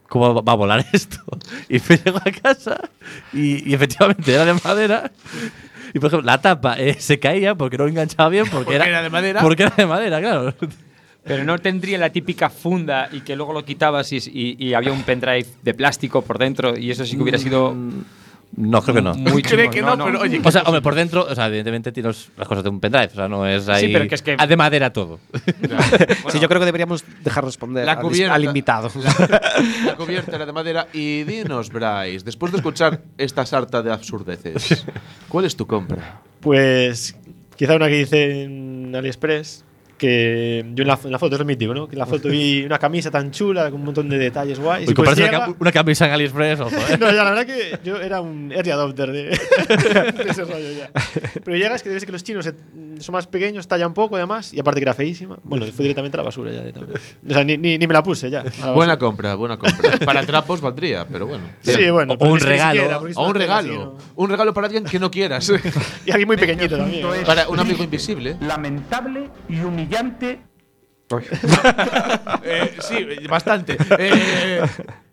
B: ¿cómo va- va a volar esto? Y me llego a casa y, y efectivamente era de madera. Y por ejemplo, la tapa eh, se caía porque no enganchaba bien, porque, era,
C: era de madera.
B: Porque era de madera, claro.
D: Pero no tendría la típica funda y que luego lo quitabas y, y- y había un pendrive de plástico por dentro y eso sí que hubiera sido
B: No, creo que no.
D: muy
C: Cree
D: chungo.
C: que no, pero oye,
B: O sea, hombre, por dentro, o sea, evidentemente tienes las cosas de un pendrive, o sea, no es ahí.
D: pero que es que-
B: Ah, De madera todo.
G: Sí, yo creo que deberíamos dejar responder
C: La
G: Eh, al,
C: cubierta.
G: al invitado.
C: La cubierta era de madera. Y dinos, Bryce, después de escuchar esta sarta de absurdeces, ¿cuál es tu compra?
F: Pues quizá una que dice en AliExpress, que yo en la, en la foto, es mítico, ¿no? Que en la foto vi una camisa tan chula, con un montón de detalles guays.
B: Y
F: y pues
B: compraste una,
F: llega-
B: cam- una camisa en AliExpress, ojo, eh.
F: No, ya, la verdad que yo era un early adopter de, de ese rollo ya. Pero llegas que debes que los chinos eh, son más pequeños, tallan poco además, y aparte que era feísima. Bueno, fue directamente a la basura ya. directamente. O sea, ni, ni, ni me la puse ya. a la basura.
C: Buena compra, buena compra. Para trapos valdría, pero bueno.
F: Sí, bueno.
B: O
F: pero
B: un
F: es que ni
B: regalo.
F: siquiera, porque es
C: O un
F: una tela así,
C: regalo.
F: ¿no?
C: Un regalo para alguien que no quieras.
F: Y alguien muy pequeñito también. ¿no?
C: Para un amigo invisible.
H: lamentable y humillante
C: Eh, sí, bastante. Eh,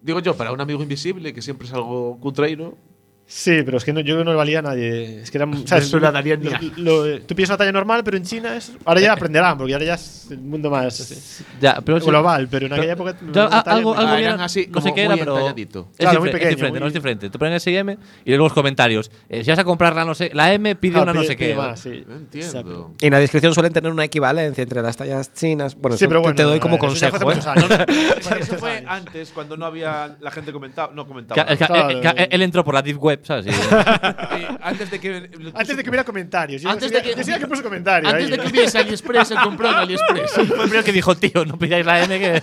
C: digo yo, para un amigo invisible que siempre es algo cutreiro.
F: Sí, pero es que no, yo creo que no le valía a nadie. Es que eran, ¿sabes?
C: No la darían ni
F: Lo-
C: a-
F: lo- Tú pides una talla normal, pero en China es, ahora ya aprenderán, porque ahora ya es el mundo más Pues
B: Ya, pero sí. Pues
F: global, pero en aquella época.
B: Yo, a-
F: una talla
B: algo,
F: muy-
B: algo
C: Ah,
B: era-
C: eran así,
B: no sé
C: como
B: qué era,
C: muy
B: pero. Es,
C: entalladito.
B: difer-
F: Claro, muy
B: es
F: pequeño,
B: diferente, no
F: muy-
B: es diferente. Te ponen SIM y luego los comentarios. eh, si vas a comprar la, no sé, la M, pide
F: Claro,
B: una no
F: Ah, pide-
B: sé
F: pide
B: qué.
F: más, sí.
C: No entiendo.
F: Exacto.
G: Y en la descripción suelen tener una equivalencia entre las tallas chinas. Bueno,
F: Sí,
G: eso
F: pero
G: te-
F: bueno.
G: te doy
F: no,
G: como
F: Pues eso ya
G: consejo.
F: fue hace
G: ¿eh?
F: muchos años.
C: Eso fue antes, cuando no había la gente comentaba, no comentaba.
B: Que- es que-
F: Claro.
B: eh, que él entró por la Deep Web, ¿sabes? Y-
C: Eh, antes de que
F: Antes de que hubiera comentarios. Yo
I: Antes
F: soy-
I: de que-
F: yo soy el que puso comentarios.
I: Antes de que hubiese AliExpress, él compró en AliExpress.
B: Fue el primero que dijo, tío, no pidáis la M que.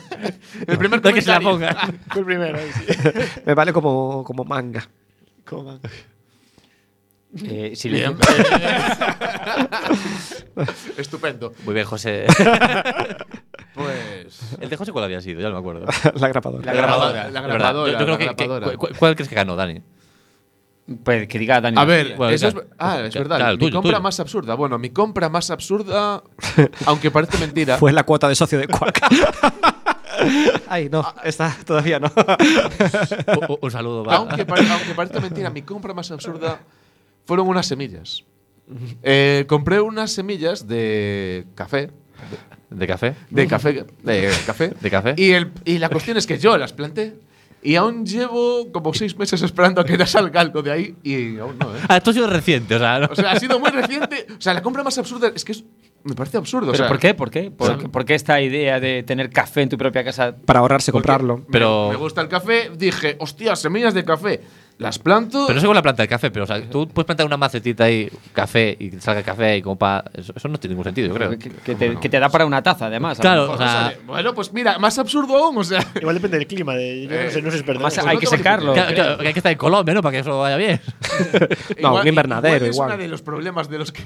C: el primer
B: no que se la
C: comentario.
B: ponga.
F: Fue el primero. ahí sí.
G: ¿eh? Me vale como, como manga.
F: Coman.
D: Eh, si le-
I: Bien. Eh,
C: Estupendo.
B: Muy bien, José.
C: Pues
B: El de José, ¿cuál había sido? Ya no me acuerdo.
G: la grapadora.
C: La grabadora,
B: Es
C: la
B: verdad.
C: grabadora,
B: Yo, yo creo
C: la
B: que- que-
C: grabadora.
B: cu- cu- ¿Cuál crees que ganó, Dani?
D: pues que diga Dani.
C: a
D: García.
C: ver,
B: Bueno,
C: eso es,
B: claro.
C: ah, es
B: Claro,
C: verdad.
B: claro,
C: mi
B: tuyo,
C: compra
B: tuyo.
C: más absurda. Bueno, mi compra más absurda, aunque parece mentira,
G: Fue la cuota de socio de Cuac. Ay, no, está todavía no.
B: Un- un saludo, va.
C: aunque, pare- aunque parezca mentira, mi compra más absurda fueron unas semillas. Eh, compré unas semillas de café.
B: ¿De café?
C: De café. De café.
B: ¿De café?
C: Y, el- y la cuestión es que yo las planté y aún llevo como seis meses esperando a que ya salga algo de ahí y aún no, ¿eh?
B: Ah, esto ha sido reciente, o sea, ¿no?
C: O sea, ha sido muy reciente. O sea, la compra más absurda es que es- me parece absurdo. o
D: ¿Pero
C: sea,
D: por qué? ¿Por qué? ¿Por,
C: o sea,
D: qué- por qué esta idea de tener café en tu propia casa?
G: Para ahorrarse comprarlo.
C: me-
B: Pero-
C: Me, gusta el café. Dije, hostia, semillas de café. Las planto.
B: Pero no sé con la planta del café, pero o sea, tú puedes plantar una macetita ahí, café, y que salga café y copa. Eso, eso no tiene ningún sentido, yo creo.
D: Que, que te, que te da para una taza, además. a lo
B: Claro,
D: mejor.
B: o sea,
C: Vale, bueno, pues mira, más absurdo aún. O sea,
F: Igual depende del clima. De, yo no sé, no soy experto.
D: Además,
F: Pues
D: hay
C: no
D: que
C: te voy a
D: secarlo.
B: claro, claro, que hay que estar en Colombia, ¿no? Para que eso vaya bien.
G: No, un invernadero,
C: Es
G: igual.
C: uno de los problemas de los que.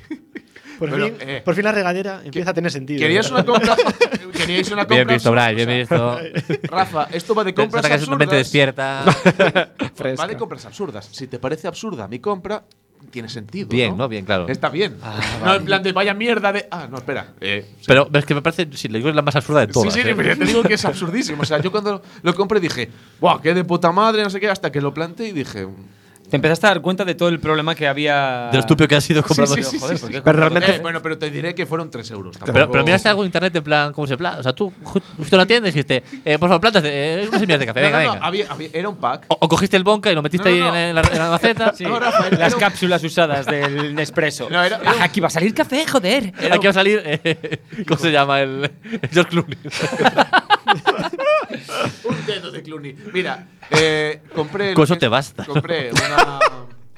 F: Por,
C: Bueno,
F: fin,
C: eh,
F: por fin la regadera empieza a tener sentido.
C: ¿Querías una compra? ¿Queríais una compra?
B: Bien visto,
C: absurda?
B: Brian, bien visto.
C: Rafa, esto va de
B: Se
C: compras
B: nota que
C: absurdas.
B: es mente despierta.
G: Fresca.
C: Va de compras absurdas. Si te parece absurda mi compra, tiene sentido.
B: Bien,
C: ¿no?
B: ¿no? Bien, claro. Ah,
C: Está bien. No, en plan de vaya mierda de. Ah, no, espera. Eh,
B: Pero es que me parece, si le digo, es la más absurda de
C: Sí,
B: todas.
C: sí,
B: ¿eh?
C: pero ya te digo que es absurdísimo. O sea, yo cuando lo compré dije, ¡buah, qué de puta madre! No sé qué, hasta que lo planté y dije.
D: Te empezaste a dar cuenta de todo el problema que había.
B: De lo estúpido que ha sido
C: Sí,
B: comprando.
C: sí, sí,
D: Joder,
C: sí,
D: ¿por
C: sí.
D: qué
G: Pero realmente-
C: Eh, bueno, pero te diré que fueron 3 euros.
B: Pero,
C: tampoco-
B: pero miraste algo en internet en plan, ¿cómo se planta? O sea, tú ju- justo la tienda y dijiste, eh, por favor, plantas eh, unas semillas de café,
C: No, no,
B: venga,
C: no,
B: venga.
C: había- había- era un pack.
B: O, o cogiste el bonca y lo metiste
C: No,
B: ahí
C: no,
B: en la- en la, en la maceta.
D: Sí,
C: No, Rafael,
D: las
C: era un-
D: cápsulas usadas del Nespresso. Ah,
C: No, era- era un-
D: Aquí va a salir café, joder.
B: Aquí va a salir, eh, ¿cómo se llama? El, George Clooney.
C: Un dedo de Clooney. Mira, eh, compré.
B: Con eso te basta.
C: Compré una.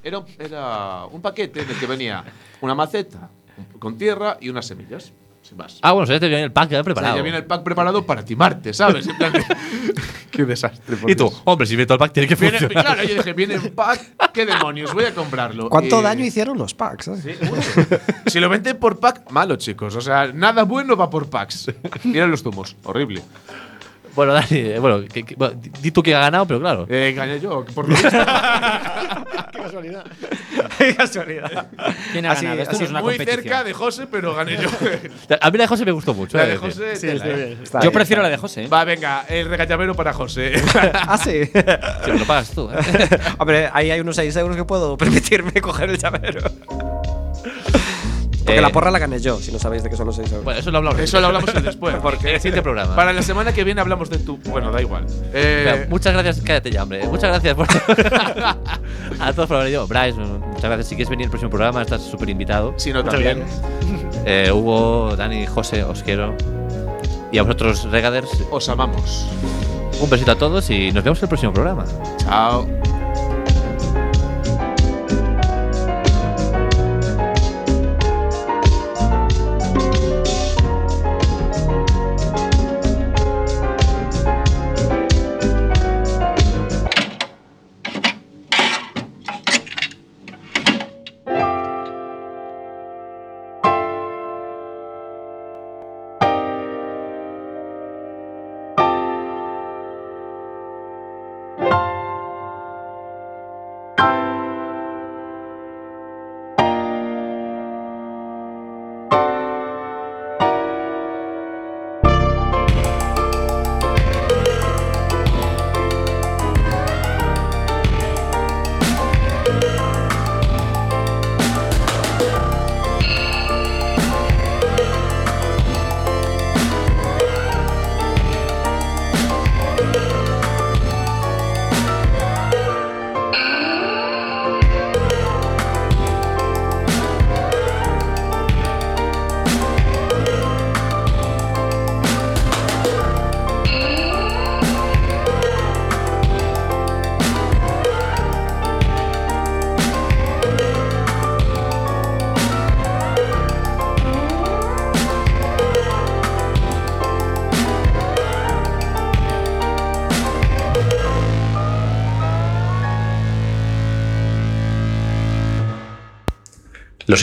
C: Era, un- era un paquete en el que venía una maceta con tierra y unas semillas. Sin más.
B: Ah, bueno, o sea, ya te viene el pack ya
C: O sea,
B: preparado.
C: ya viene el pack preparado para timarte, ¿sabes? En plan de- Qué desastre. por
B: y tú,
C: Dios.
B: hombre, si viene todo el pack, tiene que
C: Viene-
B: funcionar.
C: claro, yo dije, viene un pack, qué demonios, voy a comprarlo.
G: ¿Cuánto
C: Y-
G: daño hicieron los packs? sabes?
C: Si lo venden por pack, malo, chicos. O sea, nada bueno va por packs. Mira los zumos, horrible.
B: Bueno, Dani, eh, bueno, que- que- bueno, di- di tú que ha ganado, pero claro.
C: Eh, gané yo, por lo visto.
F: Qué casualidad.
G: Qué casualidad.
D: ¿Quién ha ganado? Esto no es una
C: Muy
D: competición.
C: cerca de José, pero gané yo.
B: A mí la de José me gustó mucho.
C: La
B: eh,
C: de
B: decir.
C: José.
F: Sí,
C: tela,
F: estoy
C: eh.
F: bien.
G: Está
D: Yo
G: bien,
D: prefiero
G: está
D: la de José. ¿eh?
C: Va, venga, el regallavero para José.
G: bien. Ah, sí.
B: Sí, me lo pagas tú. eh.
G: Hombre, ahí hay unos 6 euros que puedo permitirme coger el llavero. Porque
B: Eh,
G: la porra la gané yo, si no sabéis de qué son los 6 euros.
B: Bueno, eso lo hablamos.
C: Eso lo hablamos el después.
B: En el siguiente programa.
C: Para la semana que viene hablamos de tu. Bueno, da igual.
B: Mira,
C: Eh,
B: muchas gracias, cállate ya, hombre. Muchas gracias por a todos por haber venido. Bryce, muchas gracias. Si quieres venir al próximo programa, estás súper invitado.
C: si no,
F: Muchas
C: también.
F: gracias.
B: Eh, Hugo, Dani, José, os quiero. Y a vosotros, Regaders,
C: Os amamos.
B: un besito a todos y nos vemos en el próximo programa.
C: Chao.
J: Los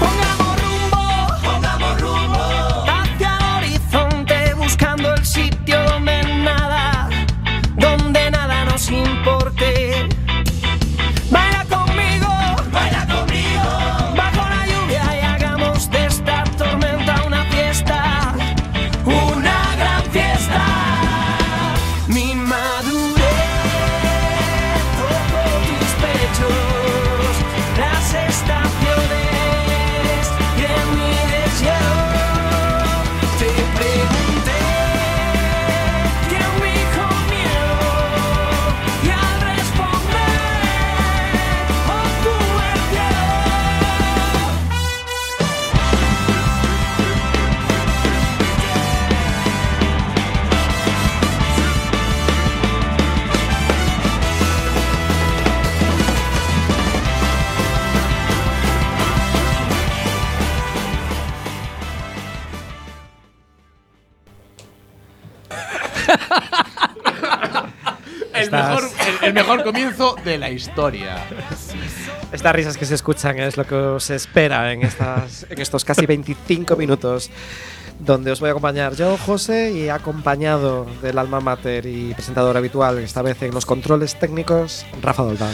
A: Pongamos rumbo, pongamos rumbo hacia el horizonte buscando el sitio donde nada, donde nada nos importe. Baila conmigo, baila conmigo bajo la lluvia y hagamos de esta tormenta una fiesta, una gran fiesta. Mi madurez tocó tus pechos, las estaciones y en mi deseo te pregunté quién me comió y al responder obtuve el cielo.
C: El mejor, el- el mejor comienzo de la historia.
G: Estas risas que se escuchan es lo que os espera en, estas, en estos casi 25 minutos donde os voy a acompañar yo, José, y acompañado del alma mater y presentador habitual, esta vez en los controles técnicos, Rafa Doldán.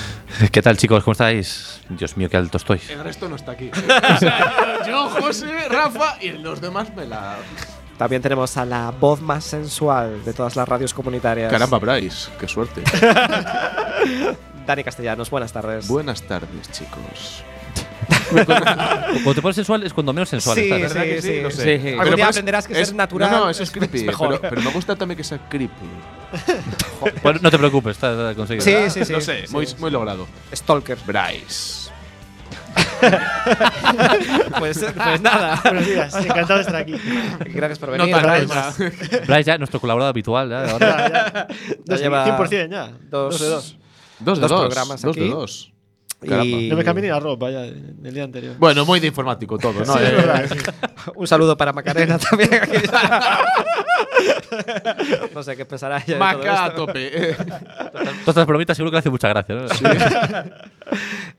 B: ¿Qué tal, chicos? ¿Cómo estáis? Dios mío, qué alto estoy.
C: El resto no está aquí. O sea, yo, José, Rafa y los demás me la.
G: También tenemos a la voz más sensual de todas las radios comunitarias.
C: Caramba, Bryce, qué suerte.
G: Dani Castellanos, buenas tardes.
C: Buenas tardes, chicos.
B: Cuando te pones sensual es cuando menos sensual
G: Sí,
B: estás. ¿eh?
G: sí, sí,
C: sí? No sé.
D: Sí, sí.
C: Pero
G: Algún día
C: por eso-
G: aprenderás que
C: es-
G: ser natural
C: No, no, eso es creepy.
G: mejor.
C: Pero, pero me gusta también que sea creepy.
B: Bueno, no te preocupes, estás conseguido.
G: Sí, sí, sí.
C: No sé, muy, muy logrado.
G: Stalker.
C: Bryce.
G: Pues, pues nada.
F: Buenos días, encantado de estar aquí.
G: Gracias por
C: No
G: venir.
C: tan
G: Bryce.
C: alta.
B: Bryce ya, nuestro colaborador habitual. ya, ahora.
F: Ya, ya. Dos,
G: lleva
F: 100% ya.
G: Dos, dos.
C: Dos de dos.
G: Dos programas
C: dos
G: aquí.
C: de dos.
G: Y
F: No me cambié ni la ropa ya del del día anterior.
C: Bueno, muy de informático todo, ¿no?
F: Sí, es
C: Eh,
F: verdad, sí.
G: un saludo para Macarena también. no sé qué pensará ella. de todo
C: Maca a
G: esto.
C: tope. Eh,
B: Todas estas bromitas seguro que le hace mucha gracia. ¿no?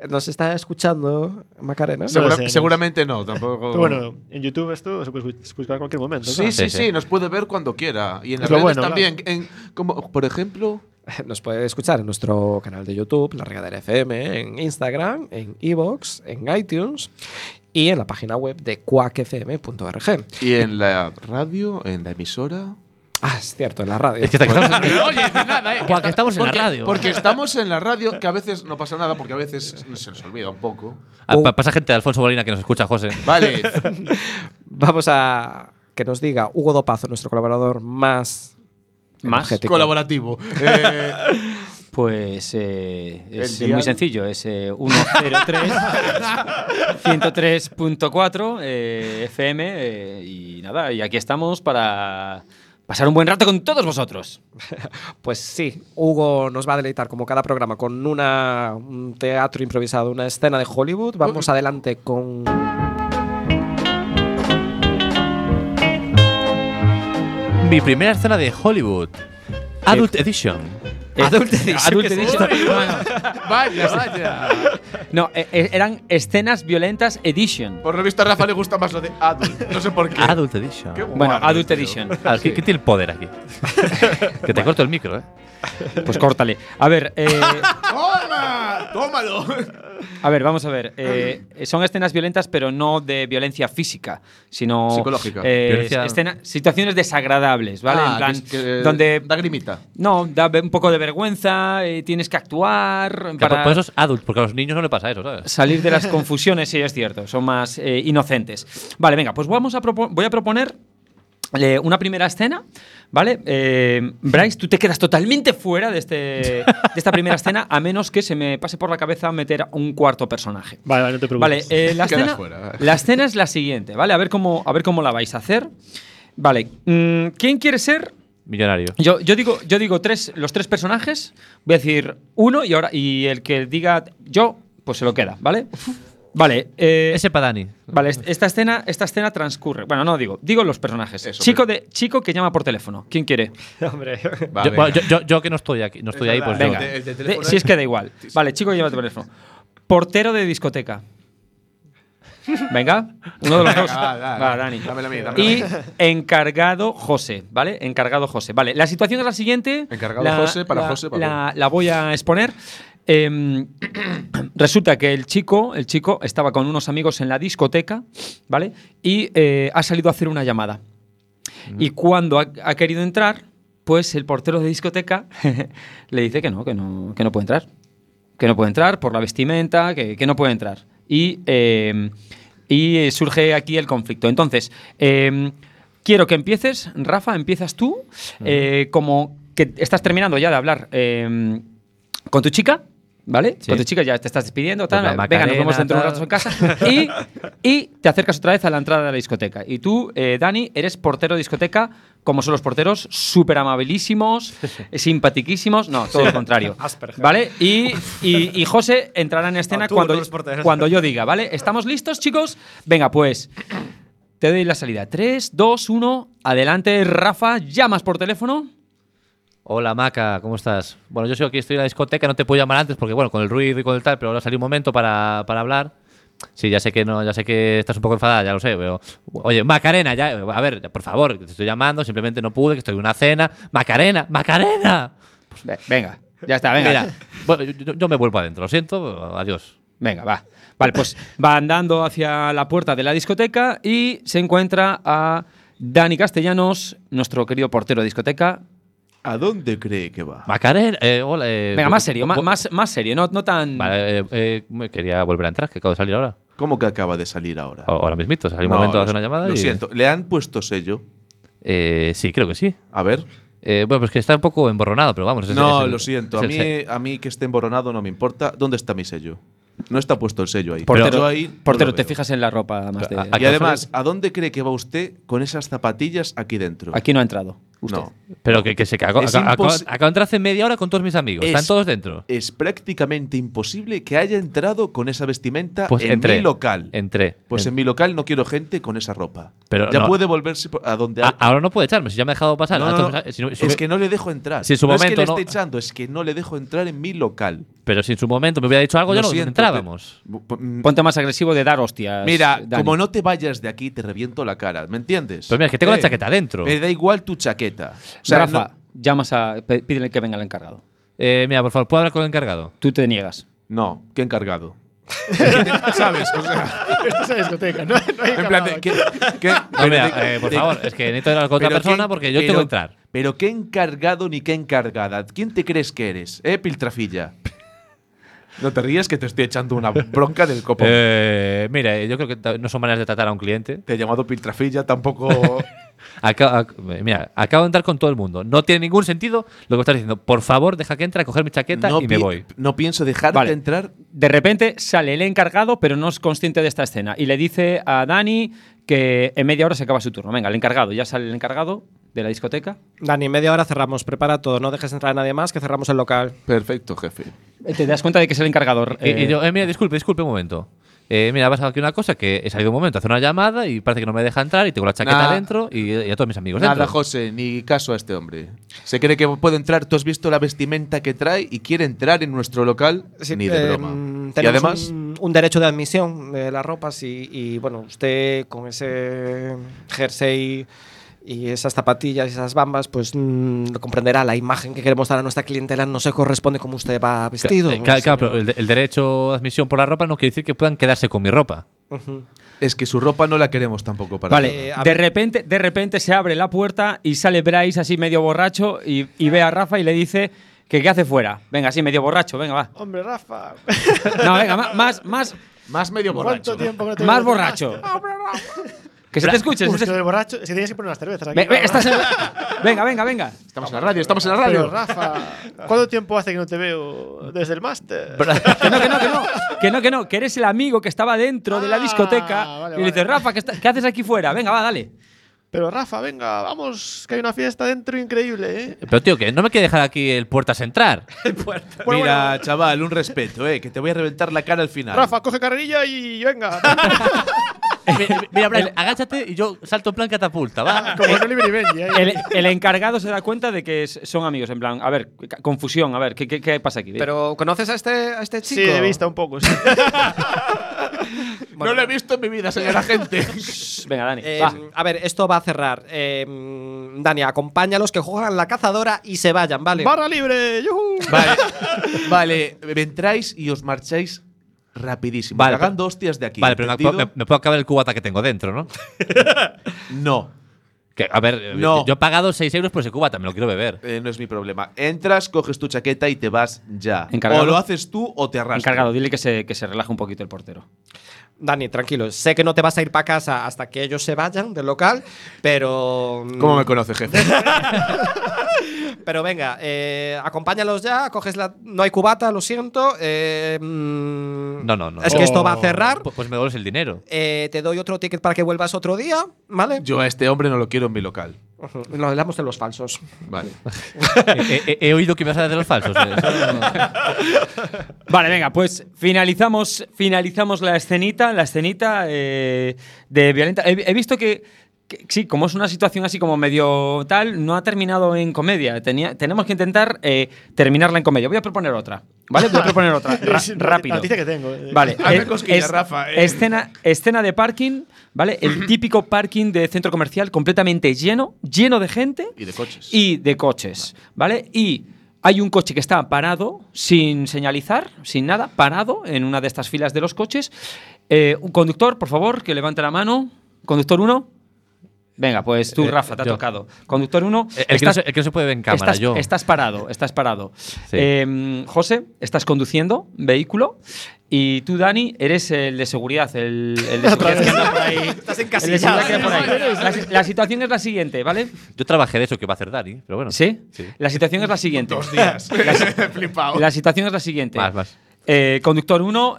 G: Nos está escuchando Macarena.
F: Sí.
C: Segura-
F: sé, no
C: seguramente no, tampoco.
F: Pero bueno, en YouTube esto se puede escu- escuchar en cualquier momento.
C: Sí,
F: claro.
C: sí,
B: Sí, sí.
C: sí, nos puede ver cuando quiera. Y en las
F: Es lo
C: redes
F: bueno,
C: también. en- como, por ejemplo,
G: Nos puede escuchar en nuestro canal de YouTube, La Regadera FM, en Instagram, en Evox, en iTunes y en la página web de quackfm.org.
C: y en la radio, en la emisora.
G: Ah, es cierto, en la radio.
B: Es que hasta que estamos-
C: Pero oye, de nada, eh.
B: Guau, que estamos en la radio.
C: Porque estamos en la radio, que a veces no pasa nada, porque a veces se nos olvida un poco.
B: Ah, pa- Pasa gente de Alfonso Molina que nos escucha, José.
C: Vale,
G: Vamos a que nos diga Hugo Dopazo, nuestro colaborador más.
D: Más
G: energético.
C: colaborativo. Eh,
D: Pues eh, es
C: El dial.
D: muy sencillo, es eh, 103 103.4 eh, FM eh, y nada, y aquí estamos para pasar un buen rato con todos vosotros.
G: Pues sí, Hugo nos va a deleitar como cada programa con una, un teatro improvisado, una escena de Hollywood. Vamos adelante con...
B: Mi primera escena de Hollywood. Adult Edition.
D: Adulto Adult Edition. Bueno,
C: vaya, vaya.
D: no, eh, eh, eran escenas violentas edition.
C: Por lo visto a Rafa le gusta más lo de adult. No sé por qué.
B: Adult Edition.
C: Qué guay,
D: Bueno, Adult
C: tío.
D: Edition.
B: Ah, ¿qué- ¿Qué tiene el poder aquí? que te corto el micro, ¿eh?
D: Pues córtale. A ver, eh,
C: ¡Toma! ¡Tómalo!
D: A ver, vamos a ver. Eh, son escenas violentas, pero no de violencia física, sino.
C: Psicológica.
D: eh,
B: Violencia-
D: escena- situaciones desagradables, ¿vale?
C: Ah,
D: en plan,
C: que- que
D: donde.
C: Da grimita.
D: no, da ve- un poco de vergüenza, eh, tienes que actuar
B: Que por,
D: para
B: por eso es adult, porque a los niños no le pasa eso, ¿sabes?
D: salir de las confusiones, sí, es cierto, son más eh, inocentes. Vale, venga, pues vamos a propo- voy a proponer eh, una primera escena, ¿vale? Eh, Bryce, tú te quedas totalmente fuera de, este, de esta primera escena, a menos que se me pase por la cabeza meter un cuarto personaje.
F: Vale, vale, no te
D: Vale,
F: preocupes.
D: eh, la,
C: Quedas
D: escena,
C: fuera.
D: la escena es la siguiente, ¿vale? A ver cómo, a ver cómo la vais a hacer. Vale, mm, ¿quién quiere ser?
B: Millonario.
D: Yo, yo digo, yo digo tres, los tres personajes, voy a decir uno y ahora y el que diga yo, pues se lo queda, ¿vale? Vale, eh,
B: Ese para Dani.
D: Vale, est- esta escena, esta escena transcurre. Bueno, no digo, digo los personajes.
C: Eso,
D: chico, de, chico que llama por teléfono. ¿Quién quiere?
E: Hombre.
C: Va,
B: yo,
C: venga.
B: bueno, yo- yo- yo que no estoy aquí, no estoy ahí, pues
D: Venga.
B: yo.
C: El de- el de
D: De-
C: teléfono.
D: si es que da igual. Vale, chico que llama por teléfono. Portero de discoteca. Venga, uno de los dos.
C: Venga, va, va,
D: Va,
C: va.
D: Dani.
C: Dámela a mí, dámela a mí.
D: Y encargado José, ¿vale? Encargado José. Vale, la situación es la siguiente.
C: Encargado
D: La-
C: José para
D: la-
C: José, para
D: la, la voy a exponer. Em, resulta que el chico, el chico estaba con unos amigos en la discoteca, ¿vale? Y eh, ha salido a hacer una llamada. Y cuando ha, ha querido entrar, pues el portero de discoteca le dice que no, que no, que no puede entrar. Que no puede entrar por la vestimenta, que, que no puede entrar. Y, eh, y eh, surge aquí el conflicto. Entonces, eh, quiero que empieces, Rafa, empiezas tú, eh, como que estás terminando ya de hablar eh, con tu chica. ¿Vale?
B: Sí.
D: Con tu chica ya te estás despidiendo, tal.
B: Pues la
D: Venga, nos vemos
B: Macarena,
D: dentro de un
B: tal.
D: rato en casa. Y, y te acercas otra vez a la entrada de la discoteca. Y tú, eh, Dani, eres portero de discoteca, como son los porteros, súper amabilísimos, simpatiquísimos. No, todo lo contrario. ¿Vale? Y, y- y José entrará en escena
E: tú,
D: cuando,
E: no los porteros.
D: cuando yo diga, ¿vale? ¿Estamos listos, chicos? Venga, pues. Te doy la salida. 3, 2, 1. Adelante, Rafa. Llamas por teléfono.
B: Hola Maca, ¿cómo estás? Bueno, yo soy aquí, estoy en la discoteca, no te puedo llamar antes porque, bueno, con el ruido y con el tal, pero ahora salí un momento para, para hablar. Sí, ya sé que no, ya sé que estás un poco enfadada, ya lo sé, pero. Oye, Macarena, ya, a ver, por favor, que te estoy llamando, simplemente no pude, que estoy en una cena. ¡Macarena! ¡Macarena!
D: Ve- Venga. Ya está, venga.
B: Mira, bueno, yo- yo, yo me vuelvo adentro, lo siento, adiós.
D: Venga, va. Vale, pues va andando hacia la puerta de la discoteca y se encuentra a Dani Castellanos, nuestro querido portero de discoteca.
C: ¿A dónde cree que va?
B: Macarena, eh, hola. eh,
D: Venga,
B: bu-
D: más serio,
B: bu-
D: ma- más, más serio, no, no tan.
B: Vale, eh, eh, me quería volver a entrar, que acabo de salir ahora.
C: ¿Cómo que acaba de salir ahora?
B: O- Ahora mismito, salí Oh, un
C: No,
B: momento
C: lo-
B: a hacer una llamada.
C: Lo
B: y-
C: siento, le han puesto sello.
B: Eh, sí, creo que sí.
C: A ver.
B: Eh, bueno, pues que está un poco emborronado, pero vamos. es-
C: No,
B: es el-
C: lo siento.
B: es
C: A
B: el
C: mí,
B: se-
C: a mí que esté emborronado no me importa. ¿Dónde está mi sello? No está puesto el sello ahí.
D: portero,
C: Yo ahí no
D: portero,
C: lo
D: te
C: veo.
D: fijas en la ropa más de.
B: A- a-
C: Y además, ¿a dónde cree que va usted con esas zapatillas aquí dentro?
D: Aquí no ha entrado. usted.
C: no.
B: Pero que, que se cagó.
C: Es
B: Acabo
C: impos-
B: acabo de entrar hace media hora con todos mis amigos.
C: Es-
B: Están todos dentro.
C: Es prácticamente imposible que haya entrado con esa vestimenta
B: Pues
C: en
B: entré.
C: mi local.
B: Entré.
C: pues
B: En-
C: en mi local no quiero gente con esa ropa.
B: Pero
C: ya
B: no.
C: puede volverse por- a donde
B: A- ahora no puede echarme, si ya me ha dejado pasar.
C: No, no,
B: Entonces,
C: no.
B: si no- si
C: es
B: me-
C: que no le dejo entrar.
B: Si en su
C: no es que
B: momento
C: le
B: no-
C: esté echando, es que no le dejo entrar en mi local.
B: Pero si en su momento me hubiera dicho algo, ya
C: Lo
B: no
C: siento,
B: entrábamos.
C: pero- bu- bu-
D: Ponte más agresivo de dar
C: Mm.
D: hostias.
B: Pues,
C: Mira,
D: Dani.
C: como no te vayas de aquí, te reviento la cara. ¿Me entiendes?
B: Pero mira, es que tengo la
C: Eh,
B: chaqueta dentro.
C: Me da igual tu chaqueta. O sea,
D: Rafa,
C: no-
D: llamas a. pe- Pídele que venga el encargado.
B: Eh, mira, por favor, ¿puedo hablar con el encargado?
D: Tú te niegas.
C: No, qué encargado. ¿Sabes? O sea,
F: Esto es la discoteca, ¿no? No hay
C: en plan de.
F: acabado.
C: ¿qué- qué-
B: No, mira,
C: pero de-
B: eh, por
C: de-
B: favor, es que necesito hablar con otra
C: pero
B: persona
C: quién-
B: porque yo
C: pero-
B: tengo que entrar.
C: Pero qué encargado ni qué encargada. ¿Quién te crees que eres? ¿Eh, Piltrafilla? No te rías que te estoy echando una bronca del copo.
B: Eh, mira, eh, yo creo que ta- no son maneras de tratar a un cliente.
C: Te he llamado Piltrafilla, tampoco.
B: Aca- ac- eh, mira, acabo de entrar con todo el mundo. No tiene ningún sentido lo que estás diciendo. Por favor, deja que entre a coger mi chaqueta y me
C: pi-
B: voy.
C: no pienso dejarte
D: Vale.
C: entrar.
D: De repente sale el encargado, pero no es consciente de esta escena. Y le dice a Dani que en media hora se acaba su turno. Venga, el encargado. Ya sale el encargado de la discoteca.
E: Dani, en media hora cerramos. Prepara todo. No dejes entrar a nadie más, que cerramos el local.
C: Perfecto, jefe.
D: Eh, Te das cuenta de que es el encargador.
B: Y- Y,
D: eh,
B: yo, eh, mira, disculpe, disculpe un momento. Eh, mira, ha pasado aquí una cosa que he salido un momento, hace una llamada y parece que no me deja entrar y tengo la chaqueta
C: Nah.
B: dentro y, y a todos mis amigos
C: Nada,
B: dentro.
C: José, ni caso a este hombre. Se cree que puede entrar. Tú has visto la vestimenta que trae y quiere entrar en nuestro local.
E: Sí,
C: ni de
E: eh,
C: broma.
E: mm,
C: Y
E: tenemos
C: además,
E: un, un derecho de admisión de las ropas y, y, bueno, usted con ese jersey y esas zapatillas y esas bambas, pues mm, lo comprenderá. La imagen que queremos dar a nuestra clientela no se corresponde como usted va vestido.
B: Eh, claro,
E: señor.
B: claro, pero el, de- el derecho de admisión por la ropa no quiere decir que puedan quedarse con mi ropa.
E: Ujú.
C: es que su ropa no la queremos tampoco para nada.
D: Vale,
E: Eh, a
D: de
E: ver.
D: repente, de repente se abre la puerta y sale Bryce así medio borracho y, y ve a Rafa y le dice que qué hace fuera. Venga, así medio borracho, venga, va.
F: Hombre, Rafa.
D: No, venga, ma- más, más,
C: Más medio borracho.
F: ¿Cuánto tiempo que no te
D: más
F: veo?
D: borracho. Que se te escuche.
F: Uy,
D: se
F: es que
D: te-
F: lo de borracho. Es que tienes que poner unas cervezas aquí.
D: Ve- ve,
F: Rafa.
D: estás en- Venga, venga, venga.
C: Estamos en la radio, estamos en la radio.
F: Pero, Rafa, ¿cuánto tiempo hace que no te veo desde el máster?
D: Que no, que no, que no. Que no, que no, que eres el amigo que estaba dentro de la
F: Ah,
D: discoteca.
F: vale,
D: y le dices,
F: vale.
D: Rafa, ¿qué, está- qué haces aquí fuera? Venga, va, dale.
F: Pero Rafa, venga, vamos, que hay una fiesta dentro increíble, ¿eh?
B: Pero tío, que no me quiere dejar aquí el puertas entrar.
F: Bueno,
C: Mira,
F: bueno.
C: chaval, un respeto, eh, que te voy a reventar la cara al final.
F: Rafa, coge carrerilla y venga.
B: mira, mira, Brian, agáchate y yo salto en plan catapulta, ¿va?
F: Como en Oliver y Benji, ¿eh?
D: El, el encargado se da cuenta de que es- son amigos, en plan, a ver, ca- confusión, a ver, ¿qué, qué, qué pasa aquí?
G: Pero ¿conoces a este, a este chico?
F: Sí, de vista un poco. sí.
C: no lo he visto en mi vida, señora gente.
D: Venga, Dani,
G: Eh,
D: va.
G: a ver, esto va a cerrar. Eh, Dani, acompáñalos que juegan la cazadora y se vayan, ¿vale?
F: ¡Barra libre! ¡Yujú!
C: vale, vale, entráis y os marcháis rapidísimo.
B: Vale,
C: cagando hostias de aquí.
B: Vale, pero me,
C: ¿entendido?
B: puedo- me- me puedo acabar el cubata que tengo dentro, ¿no? eh,
C: No,
B: Que, a ver, eh,
C: No.
B: yo he pagado 6 euros por ese cubata, me lo quiero beber.
C: eh, no es mi problema. Entras, coges tu chaqueta y te vas ya.
D: Encargado.
C: O lo haces tú o te arrastras.
D: encargado, dile que se, que se relaje un poquito el portero.
G: Dani, tranquilo. Sé que no te vas a ir para casa hasta que ellos se vayan del local, pero. mm,
C: ¿Cómo me conoce, jefe?
G: Pero venga, eh, acompáñalos ya, coges la. No hay cubata, lo siento. eh, mm,
B: No, no, no.
G: Es que esto
D: Oh.
G: va a cerrar.
B: Pu- Pues me devuelves el dinero.
G: Eh, te doy otro ticket para que vuelvas otro día, ¿vale?
C: Yo a este hombre no lo quiero en mi local.
G: Ujú, Lo hablamos de los falsos.
C: Vale.
B: Eh, eh, he, oído que me vas a hacer los falsos. eh.
D: Vale, venga, pues finalizamos, finalizamos la escenita, la escenita eh, de violenta. He, he visto que, que sí, como es una situación así como medio tal, no ha terminado en comedia. Tenía, tenemos que intentar eh, terminarla en comedia. Voy a proponer otra, ¿vale? Voy a proponer otra, ra-
F: Es
D: rápido.
F: La noticia que tengo. eh.
D: Vale,
C: Hazme
D: eh,
C: cosquillas,
D: es-
C: Rafa, eh.
D: Escena, escena de parking, ¿vale? El típico parking de centro comercial completamente lleno, lleno de gente
C: Y de coches.
D: y de coches, ¿vale? Y hay un coche que está parado, sin señalizar, sin nada, parado en una de estas filas de los coches. Eh, un conductor, por favor, que levante la mano. Conductor 1. Venga, pues tú,
B: Eh,
D: Rafa, te ha
B: yo. Eh,
D: tocado. Conductor 1.
B: El, que no se, el que no se puede ver en cámara,
D: estás,
B: yo.
D: estás parado, estás parado. Eh, José, estás conduciendo vehículo y tú, Dani, eres el de seguridad, el, el de seguridad que anda por ahí. Estás
G: encasillado.
D: La, la situación es la siguiente, ¿vale?
B: Yo trabajé de eso que va a hacer Dani, pero bueno.
D: ¿Sí? La situación es la siguiente. Dos días. La, si- la situación es la siguiente.
B: Más, más.
D: Eh, conductor 1,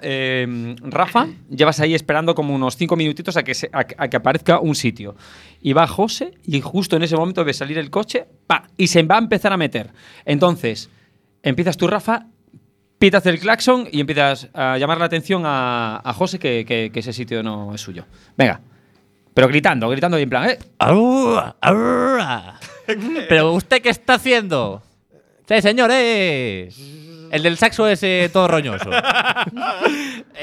D: Rafa, llevas ahí esperando como unos 5 minutitos a que, se- a que- a que aparezca un sitio. Y va José y justo en ese momento de salir el coche, pa, y se va a empezar a meter. Entonces, empiezas tú, Rafa, pitas el claxon y empiezas a llamar la atención a, a José que, que- que ese sitio no es suyo. Venga. Pero gritando, gritando y en plan, ¿eh?
B: ¡Arrua! ¡Arrua! Pero usted qué está haciendo? Sí, señor, eh. El del saxo es eh, todo roñoso.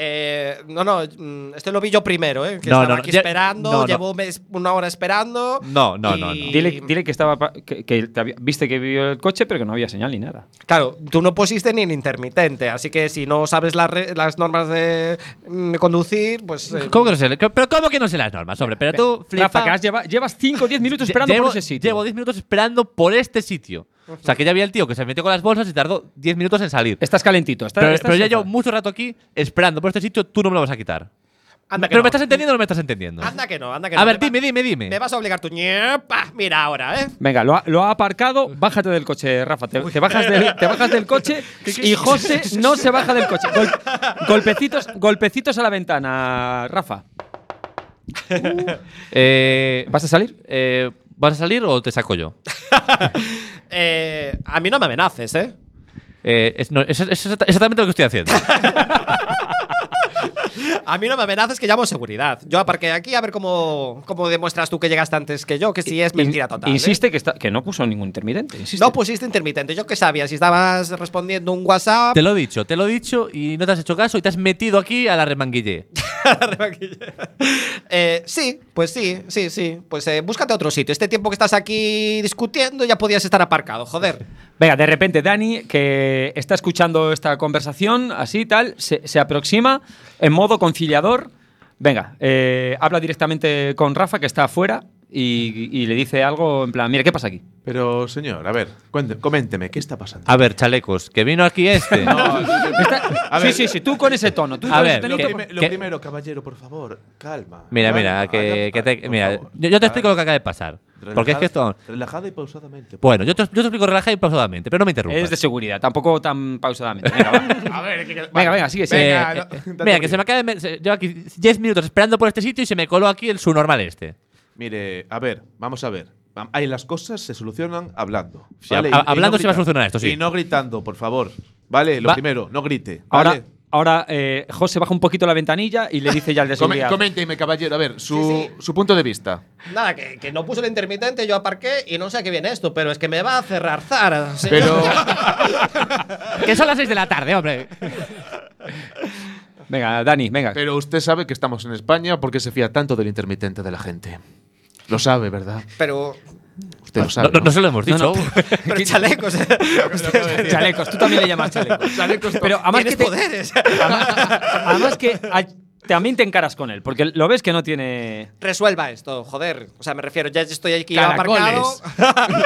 G: Eh, no, no, mm, este lo vi yo primero, ¿eh? Que
B: No,
G: estaba
B: no,
G: aquí
B: ya-
G: esperando,
B: no, no.
G: llevo un mes- una hora esperando.
B: No, no,
G: y-
B: no, no.
D: Dile, dile que estaba pa- que, que te había- viste que vio el coche, pero que no había señal ni nada.
G: Claro, tú no pusiste ni el intermitente, así que si no sabes las re- las normas de mm, conducir, pues. eh,
B: ¿Cómo que no sé? ¿Pero cómo que no sé las normas, hombre? Pero tú, flipa.
D: Rafa, que has lleva- llevas 5 o 10 minutos esperando
B: llevo,
D: por ese sitio.
B: Llevo 10 minutos esperando por este sitio. O sea, que ya había el tío que se metió con las bolsas y tardó 10 minutos en salir.
D: Estás calentito. estás-
B: pero,
D: estás
B: pero ya
D: sofá.
B: llevo mucho rato aquí esperando por este sitio, tú no me lo vas a quitar.
G: anda que
B: ¿Pero
G: no.
B: me estás entendiendo o no me estás entendiendo?
G: Anda que no, anda que no.
B: A ver,
G: Me
B: dime,
G: va-
B: dime, dime.
G: Me vas a obligar tu ñepa. Mira ahora, ¿eh?
D: Venga, lo ha, lo ha aparcado, bájate del coche, Rafa. Te, te bajas, del, te bajas del coche y José no se baja del coche. Gol- golpecitos, golpecitos a la ventana, Rafa.
B: Eh,
D: ¿Vas a salir?
B: eh, ¿Vas a salir o te saco yo?
G: Eh, A mí no me amenaces, ¿eh?
B: Eh, es, no, es- es exacta- exactamente lo que estoy haciendo.
G: A mí no me amenaces que llamo seguridad. Yo aparqué aquí a ver cómo, cómo demuestras tú que llegaste antes que yo, que si es mentira
D: In-
G: total. ¿eh?
D: Insiste que, está- que no puso ningún intermitente. Insiste.
G: No pusiste intermitente. Yo qué sabía, si estabas respondiendo un WhatsApp.
B: te lo he dicho, te lo he dicho y no te has hecho caso y te has metido aquí a la remanguille.
G: Eh, sí, pues sí, sí, sí. Pues eh, búscate otro sitio. Este tiempo que estás aquí discutiendo ya podías estar aparcado, joder.
D: Venga, de repente Dani, que está escuchando esta conversación, así tal, se, se aproxima en modo conciliador. Venga, eh, habla directamente con Rafa, que está afuera, y, y le dice algo en plan, mira, ¿qué pasa aquí?
C: Pero, señor, a ver, cuente- coménteme, ¿qué está pasando?
B: A ver, chalecos, que vino aquí este.
D: Está-
C: A
D: sí,
C: ver.
D: sí, sí, tú con ese tono. Tú
B: A
D: con ese
B: ver,
C: Lo,
D: tonito,
B: ¿qué-
D: por-
C: prime- lo
B: qué-
C: primero, caballero, por favor, calma.
B: Mira,
C: calma,
B: mira, que,
C: calma,
B: que te-
C: por
B: mira,
C: favor,
B: yo, yo te explico lo que
C: calma.
B: acaba de pasar. Porque es que esto. Pues
C: Relajada- Relajada y pausadamente. por
B: Bueno, yo te, yo te explico relajada y pausadamente, pero no me interrumpas.
D: Es de seguridad, tampoco tan pausadamente. Venga, va.
K: A ver, que- que-
D: venga, venga, sigue, sigue.
C: Venga,
B: Eh,
C: no,
B: eh,
C: date
B: mira, que
C: prisa.
B: se me acaba de. me- se- Llevo aquí 10 minutos esperando por este sitio y se me coló aquí el subnormal este.
C: Mire, a ver, vamos a ver. Va- Ahí las cosas se solucionan hablando.
B: Sí,
C: ¿vale?
B: hab-
C: Y- y
B: hablando
C: no
B: se va a
C: grita-
B: solucionar esto, sí.
C: Y no gritando, por favor. Vale, lo
D: Va-
C: primero, no grite.
D: Ahora,
C: ¿vale?
D: ahora eh, José baja un poquito la ventanilla y le dice ya al de
C: Come-
D: seguridad.
C: coménteme, caballero, a ver, su,
G: Sí, sí.
C: su punto de vista.
G: Nada, que, que no puso el intermitente, yo aparqué y no sé a qué viene esto, pero es que me va a cerrar Zara. señor.
C: Pero,
L: Que son las 6 de la tarde, hombre.
D: Venga, Dani, venga.
C: pero usted sabe que estamos en España porque se fía tanto del intermitente de la gente. Lo sabe, ¿verdad?
G: Pero.
C: Usted lo
B: No,
C: sabe.
B: no- no se lo hemos dicho.
G: Pero chalecos. eh.
D: Chalecos, tú también le llamas chalecos. Pero además que,
G: Tienes
D: te-
G: poderes.
D: además que a- también te encaras con él, porque lo ves que no tiene.
G: Resuelva esto, joder. O sea, me refiero, ya estoy aquí
L: Caracoles.
G: aparcado.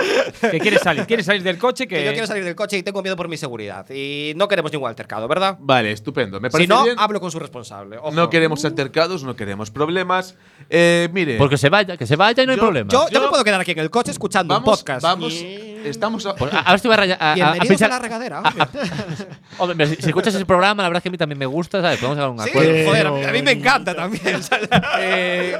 D: que quiere salir, quiere salir del coche. Que,
G: Que yo quiero salir del coche y tengo miedo por mi seguridad. Y no queremos ningún altercado, ¿verdad?
C: Vale, estupendo. Me parece
G: Si no,
C: bien.
G: hablo con su responsable. Ojo.
C: No queremos altercados, no queremos problemas. Eh, mire.
B: Porque se vaya, que se vaya y no hay
C: Yo-
B: problema.
G: Yo, yo
C: Yo-
G: me puedo quedar aquí en el coche escuchando
C: vamos,
G: un podcast.
C: Vamos,
G: Y-
C: estamos. a-
B: Pues a- ahora estoy a, raya- a- a- a
G: Bienvenidos
B: pinchar-
G: a la regadera.
B: a- Hombre, mira, si, si escuchas ese programa, la verdad es que a mí también me gusta, ¿sabes? Podemos hacer un
G: Sí,
B: acuerdo.
G: joder, a mí, a mí me encanta también.
C: Eh,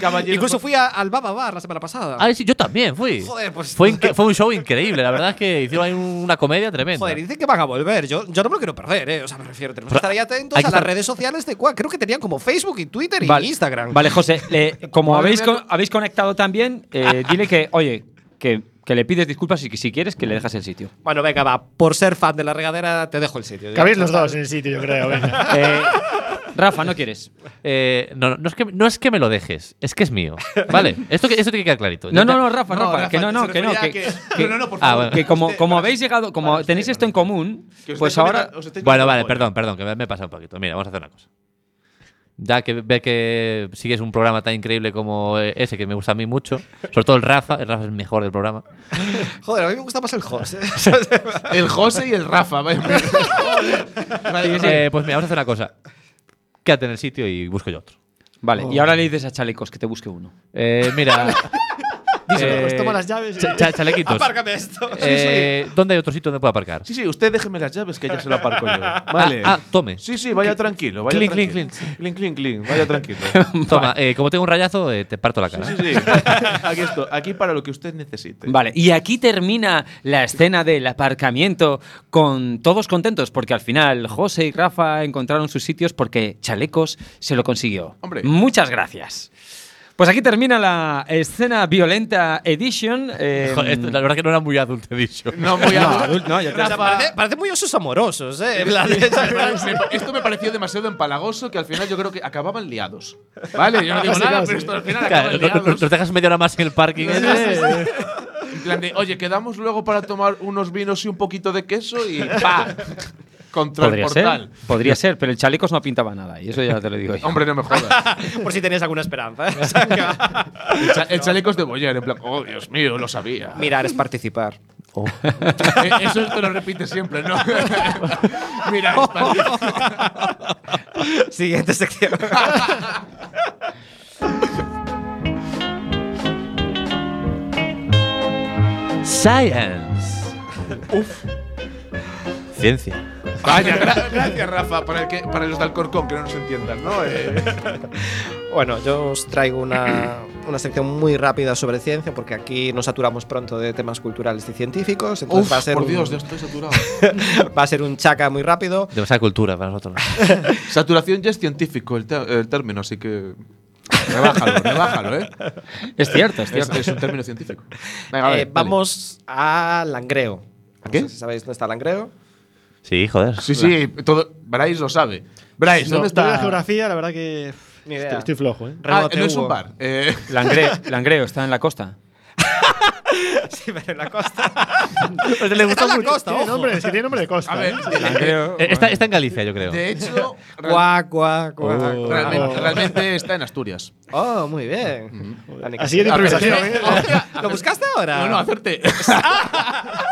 C: caballero.
G: Incluso fui a- al Baba Bar la semana pasada.
B: Ah, sí, yo también fui.
G: Joder, pues-
B: fue, inque- fue un show increíble, la verdad es que hicieron ahí una comedia tremenda.
G: Joder, y dicen que van a volver. Yo, yo no me lo quiero perder, ¿eh? O sea, me refiero, tenemos que
B: Pero
G: estar ahí atentos
B: hay que
G: a las
B: estar-
G: redes sociales de Cuac. Creo que tenían como Facebook y Twitter y
D: Vale,
G: Instagram.
D: Vale, José, le- como
C: Madre
D: habéis,
C: mía,
D: co-
C: no-
D: habéis conectado también, eh, dile que, oye, que, que le pides disculpas y que si quieres que le dejas el sitio.
G: Bueno, venga, va. Por ser fan de la regadera, te dejo el sitio.
F: Cabéis los dos en el sitio, yo creo. venga.
D: Eh, Rafa, no quieres.
B: Eh, no, no, no es que, no es que me lo dejes, es que es mío. Vale, esto, que- esto tiene que quedar
C: Pues
B: clarito.
D: No,
B: Ya-
D: no, no, Rafa, Rafa, que no, no,
C: se
D: que no.
C: refería
D: Que,
C: a que-
D: que-
C: No, no, no, por
B: Ah, bueno.
D: que como, como habéis llegado, como tenéis esto en común,
C: que os
D: pues
C: estáis
D: ahora.
C: metiendo- os estáis
B: Bueno,
C: metiendo
B: vale,
C: pollo.
B: perdón, perdón, que me- me he pasado un poquito. Mira, vamos a hacer una cosa. Ya que ve que sigues un programa tan increíble como eh, ese, que me gusta a mí mucho, sobre todo el Rafa, el Rafa es el mejor del programa.
G: Joder, a mí me gusta más el host. ¿eh?
B: Pues,
C: El José y el Rafa. vaya.
B: Eh, pues mira, vamos a hacer una cosa. Quédate en el sitio y busco yo otro.
D: Vale, y
C: Oh.
D: ahora le dices a Chalecos que te busque uno.
B: Eh, mira. eh,
C: pues
F: Os tomo las llaves.
B: cha- cha- chalequitos.
G: Apárgame esto.
B: Eh, ¿Dónde hay otro sitio donde pueda aparcar?
C: Sí, sí, usted déjeme las llaves que ya se lo aparco yo. Vale.
B: ah, tome.
C: Sí, sí, vaya tranquilo. Vaya
B: Clink, clink,
C: tranquilo. Clink, clink, clink, Vaya tranquilo.
B: Toma, eh, como tengo un rayazo, eh, te parto la cara.
C: Sí, sí. Aquí estoy. Aquí para lo que usted necesite.
D: Vale, y aquí termina la escena del aparcamiento con todos contentos porque al final José y Rafa encontraron sus sitios porque Chalecos se lo consiguió.
C: Hombre.
D: Muchas gracias. Pues aquí termina la escena violenta edition. eh,
B: Joder, esto, la verdad que no era muy adulto, he dicho.
C: No voy
D: no,
C: a.
D: adult- no, ya te-
G: O sea, parece, parece muy osos amorosos, ¿eh? En plan,
C: Me- Esto me pareció demasiado empalagoso que al final yo creo que acababan liados. Vale, yo no digo
F: Casi,
C: nada,
F: casi.
C: pero esto al final
B: Claro,
C: acaban
B: no- no-
C: liados.
B: Nos dejas media hora más en el parking. ¿eh? ese.
C: En plan de, oye, quedamos luego para tomar unos vinos y un poquito de queso y ¡pa! Contra el
D: Podría ser,
C: portal.
D: podría ser, pero el Chalecos no pintaba nada y eso ya te lo digo yo.
C: Hombre, no me jodas.
G: por si tenías alguna esperanza. ¿eh? O sea, que va.
C: El, cha- el chaleco es de Boyer, en plan, oh, Dios mío, lo sabía.
G: Mirar es participar.
C: Eh, Eso te lo repite siempre, ¿no? Mira, es para-
G: Siguiente sección.
B: Science. Ciencia.
C: Vaya, gra- gracias, Rafa, para, el que, para los de Alcorcón que no nos entiendan, ¿no? Eh,
G: Bueno, yo os traigo una, una sección muy rápida sobre ciencia, porque aquí nos saturamos pronto de temas culturales y científicos. Entonces
C: uf,
G: va a ser
C: por
G: un,
C: Dios, ya estoy saturado.
G: va a ser un chaca muy rápido.
B: Demasiada cultura para nosotros.
C: Saturación ya es científico el, te- el término, así que. Rebájalo, rebájalo, ¿eh?
D: Es cierto, es
C: Es,
D: cierto.
C: es un término científico. Venga, vale,
G: Eh,
C: dale.
G: vamos a Langreo. ¿A
C: qué?
G: No sé si sabéis dónde está Langreo.
B: Sí, joder.
C: Sí, sí, todo. Bryce lo sabe. Bryce,
F: No,
C: ¿dónde
F: yo de la
C: está?
F: geografía, la verdad que.
G: Ni idea.
F: Estoy, estoy flojo, ¿eh?
C: Ah,
G: Rebote,
C: no es un
G: Hugo.
C: bar. eh.
D: Langreo, Langreo está en la costa.
G: Sí, pero en la costa.
D: Pues
B: le
G: Está en la costa,
F: Tiene
G: ojo.
F: nombre, es que tiene nombre de costa.
C: A ver,
F: ¿eh?
D: Langreo,
B: Está, está en Galicia, yo creo. Oh.
C: de hecho, real-
G: Guac, guac, guac.
C: realmente, realmente está en Asturias.
G: Oh, muy
C: Mm,
G: bien. Dani,
F: Así de
C: A ver,
F: improvisación,
C: eh,
F: ¿eh?
C: hostia,
G: ¿Lo buscaste ahora?
C: No, no, hacerte.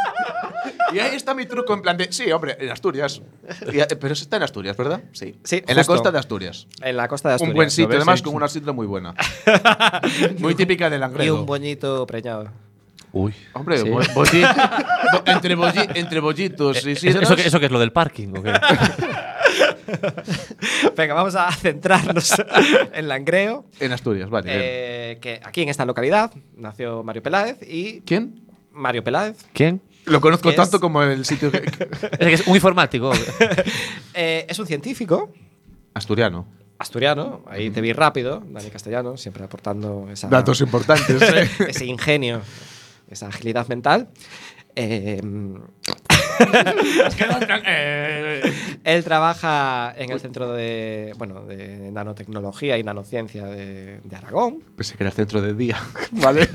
C: y ahí está mi truco en plan de. Sí, hombre, en Asturias. Y, eh, pero está en Asturias, ¿verdad? Sí.
G: Sí,
C: en la
G: justo.
C: costa de Asturias.
G: En la costa de Asturias.
C: Un buen
G: ¿lo
C: sitio,
G: ves?
C: además con una sidra muy buena. muy típica del
G: Y
C: Angredo.
G: un boñito preñado.
B: Uy.
C: Hombre,
D: Sí.
C: bo- bolli- bo- entre, bolli- entre bollitos
B: ¿Eso,
C: y
G: Eh,
C: sidras.
B: eso que, eso que es lo del parking? ¿o qué?
G: Venga, vamos a centrarnos en Langreo.
C: En Asturias, vale. bien.
G: eh, que aquí en esta localidad nació Mario Peláez y.
C: ¿Quién?
G: Mario Peláez
F: ¿Quién?
C: Lo conozco
G: es-
C: tanto como el sitio que-
B: Es que es muy informático.
G: eh, es un científico
C: asturiano.
G: asturiano. Ahí te vi rápido, Dani Castellano, siempre aportando esa,
C: Datos importantes. ¿eh?
G: ese ingenio, esa agilidad mental. Eh, él trabaja en el centro de, bueno, de nanotecnología y nanociencia de, de Aragón.
C: Pensé que era el centro de día. Vale.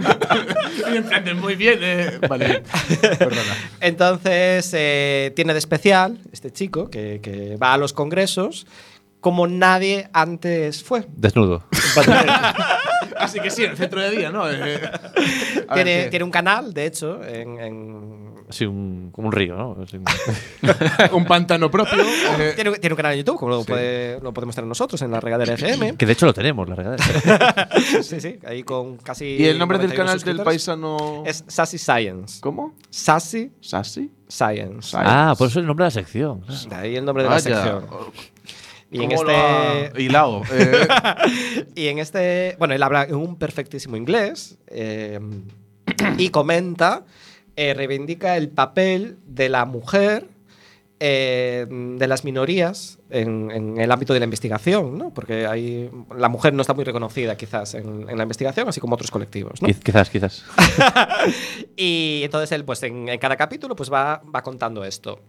C: Entiendes muy bien, eh. Vale. Perdona.
G: Entonces, eh, tiene de especial este chico que, que va a los congresos como nadie antes fue.
B: Desnudo.
C: Así que sí, el centro de día, ¿no? Eh, a ver,
G: Tiene,
C: ¿qué?
G: tiene un canal, de hecho, en- en,
B: Así un, como un río, ¿no? Así un-
C: un pantano propio. eh,
G: Tiene, tiene un canal en YouTube, como lo, puede- lo podemos tener nosotros en la regadera FM.
B: que de hecho lo tenemos, la verdad.
G: sí, sí, ahí con casi.
C: y el nombre del
G: 91
C: canal del
G: suscriptores.
C: paisano.
G: Es Sassy Science.
C: ¿Cómo?
G: Sassy
C: ¿Sassi?
G: Science.
B: ah, por eso el nombre de la sección.
G: De ahí el nombre de la
C: Vaya.
G: sección. Y en,
C: ¿Cómo lo ha
G: este,
C: hilado? Eh,
G: y en este. Bueno, él habla en un perfectísimo inglés eh, y comenta, eh, reivindica el papel de la mujer. eh, de las minorías en, en el ámbito de la investigación, ¿no? porque ahí la mujer no está muy reconocida quizás en, en la investigación, así como otros colectivos. ¿no?
B: Quiz- Quizás, quizás.
G: Y entonces él, pues en, en cada capítulo, pues va, va contando esto.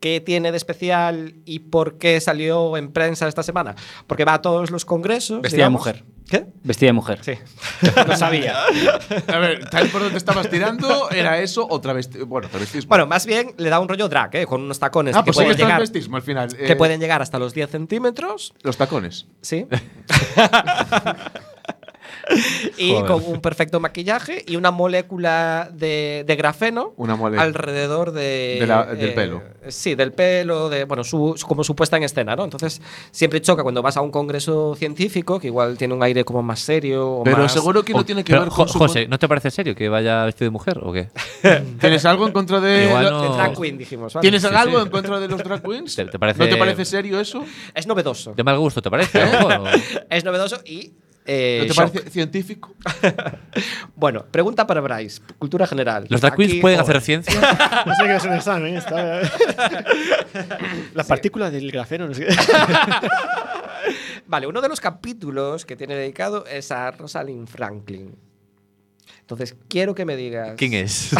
G: ¿Qué tiene de especial y por qué salió en prensa esta semana? Porque va a todos los congresos.
D: Vestida de
G: digamos.
D: mujer.
G: ¿Qué?
D: Vestida de mujer.
G: Sí.
D: Lo sabía.
C: a ver, tal por donde estabas tirando, era eso o travesti bueno, travestismo.
G: Bueno, más bien le da un rollo drag, ¿eh? con unos tacones
C: ah,
G: que,
C: pues sí que
G: pueden
C: es
G: llegar,
C: travestismo al final. eh,
G: que pueden llegar hasta los 10 centímetros.
C: Los tacones.
G: Sí. y
B: Joder.
G: con un perfecto maquillaje y una molécula de, de grafeno
C: Una mole.
G: alrededor de, eh,
C: De la- del pelo.
G: Sí, del pelo, de bueno, su, su- como su puesta en escena, ¿no? Entonces siempre choca cuando vas a un congreso científico que igual tiene un aire como más serio. o
C: Pero
G: más-
C: seguro que no
B: O-
C: tiene que
B: pero,
C: ver con
B: Jo-
C: su-
B: José, ¿no te parece serio que vaya vestido de mujer o qué?
C: ¿Tienes algo en contra de.?
B: Igual
C: la-
B: no-
G: De drag queen, dijimos. ¿vale?
C: ¿Tienes algo
B: sí.
C: en contra de los drag queens?
B: ¿Te- te parece-
C: ¿No te parece serio eso?
G: Es novedoso.
B: De mal gusto, ¿te parece? A lo mejor, o-
G: Es novedoso y. eh,
C: ¿No te
G: shock.
C: parece científico?
G: Bueno, pregunta para Bryce, cultura general.
B: ¿Los drag queens
G: Aquí-
B: pueden
G: oh,
B: hacer ciencia?
F: No sé qué es un examen. ¿eh? Esta. La partícula del grafeno, no sé qué.
G: Vale, uno de los capítulos que tiene dedicado es a Rosalind Franklin. Entonces, quiero que me digas.
B: ¿Quién es?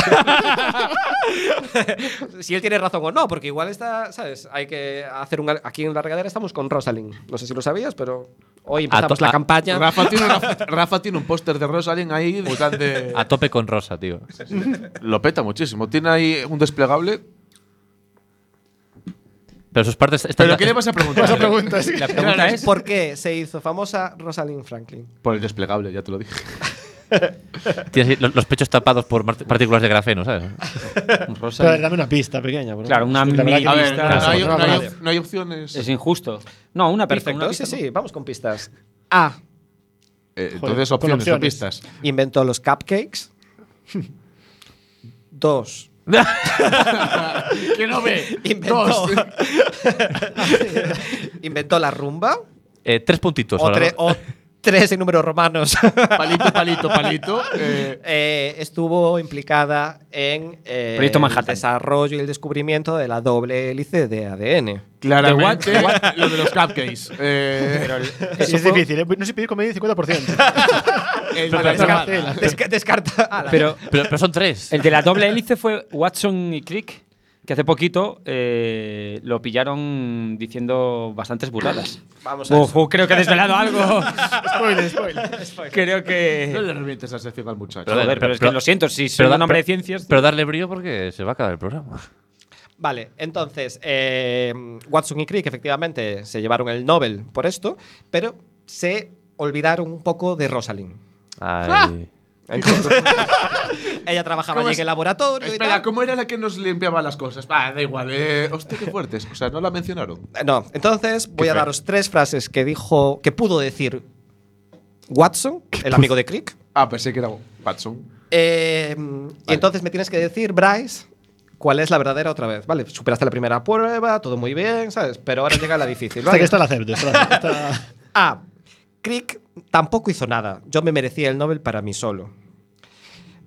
G: Si él tiene razón o no, porque igual está, ¿sabes? Hay que hacer un. Aquí en la regadera estamos con Rosalind. No sé si lo sabías, pero hoy empezamos
B: to-
G: la
B: a-
G: campaña.
C: Rafa tiene, Rafa, Rafa tiene un póster de Rosalind ahí. brutal de-
B: A tope con Rosa, tío.
C: Ah, Lo peta muchísimo. Tiene ahí un desplegable.
B: Pero sus partes están.
C: ¿Pero qué le vas a preguntar?
D: La pregunta es.
G: ¿Por qué se hizo famosa Rosalind Franklin?
B: Ah,
C: Por el desplegable, ya te lo dije.
B: Tienes ahí los, los pechos tapados por mart- partículas de grafeno, ¿sabes?
D: Rosa,
F: Pero dame una pista pequeña. por
D: Claro, una
F: favor. La verdad
D: mini
F: que-
C: A ver, no,
D: Claro,
C: hay,
F: no,
C: no hay
F: no,
C: op- no hay opciones.
D: es injusto. No, una perfecta.
G: Perfecto, sí, sí, vamos con pistas. A.
C: Eh,
F: Joder,
C: entonces,
F: con
C: opciones, o
F: opciones.
C: pistas.
G: Inventó los cupcakes. Dos.
C: ¿Qué no ve?
G: Inventó. inventó la rumba.
B: Eh, tres puntitos.
G: O,
B: ahora,
G: tre-
B: ¿no?
G: o tres en números romanos.
C: Palito, palito, palito. eh,
G: Eh, estuvo implicada en eh,
D: Proyecto Manhattan.
G: el desarrollo y el descubrimiento de la doble hélice de ADN.
C: claramente, lo de los cupcakes. Eh,
F: Es, es difícil, ¿eh? No sé pedir comida y 50%.
C: el
F: Pero
C: de la-
F: descarta-
G: Desca- desca- descarta. ala.
D: Pero
B: Pero, pero son tres.
D: el de la doble hélice fue Watson y Crick, que hace poquito eh, lo pillaron diciendo bastantes burradas.
G: Vamos a ver.
D: Ojo, creo que ha desvelado algo.
F: spoiler, spoiler.
D: creo
C: No
D: que.
C: le revientes la sección al muchacho.
D: Joder, pero es que
B: pero-
D: lo siento, si
B: pero
D: soy
B: da-
D: un hombre de
B: pero-
D: ciencias.
B: Pero darle brío porque se va a acabar el programa.
G: Vale, entonces, eh, Watson y Crick efectivamente se llevaron el Nobel por esto, pero se olvidaron un poco de Rosalind.
B: Ay.
G: Entonces, ella trabajaba
C: ¿Cómo
G: allí
C: es?
G: en el laboratorio y
C: Espera,
G: tal.
C: ¿cómo era la que nos limpiaba las cosas? Ah, da igual. Eh, hostia, qué fuertes. O sea, no la mencionaron.
G: Eh, No, entonces voy a
C: feo.
G: daros tres frases que dijo, que pudo decir Watson, el amigo de Crick.
C: Ah, pensé que era Watson.
G: Eh, Y entonces me tienes que decir, Bryce, cuál es la verdadera otra vez. Vale, superaste la primera prueba, todo muy bien, ¿sabes? Pero ahora llega la difícil.
F: Hasta
G: ¿vale?
F: que está la acepto. está la acepto, está-
G: A. Ah, Crick tampoco hizo nada. Yo me merecía el Nobel para mí solo.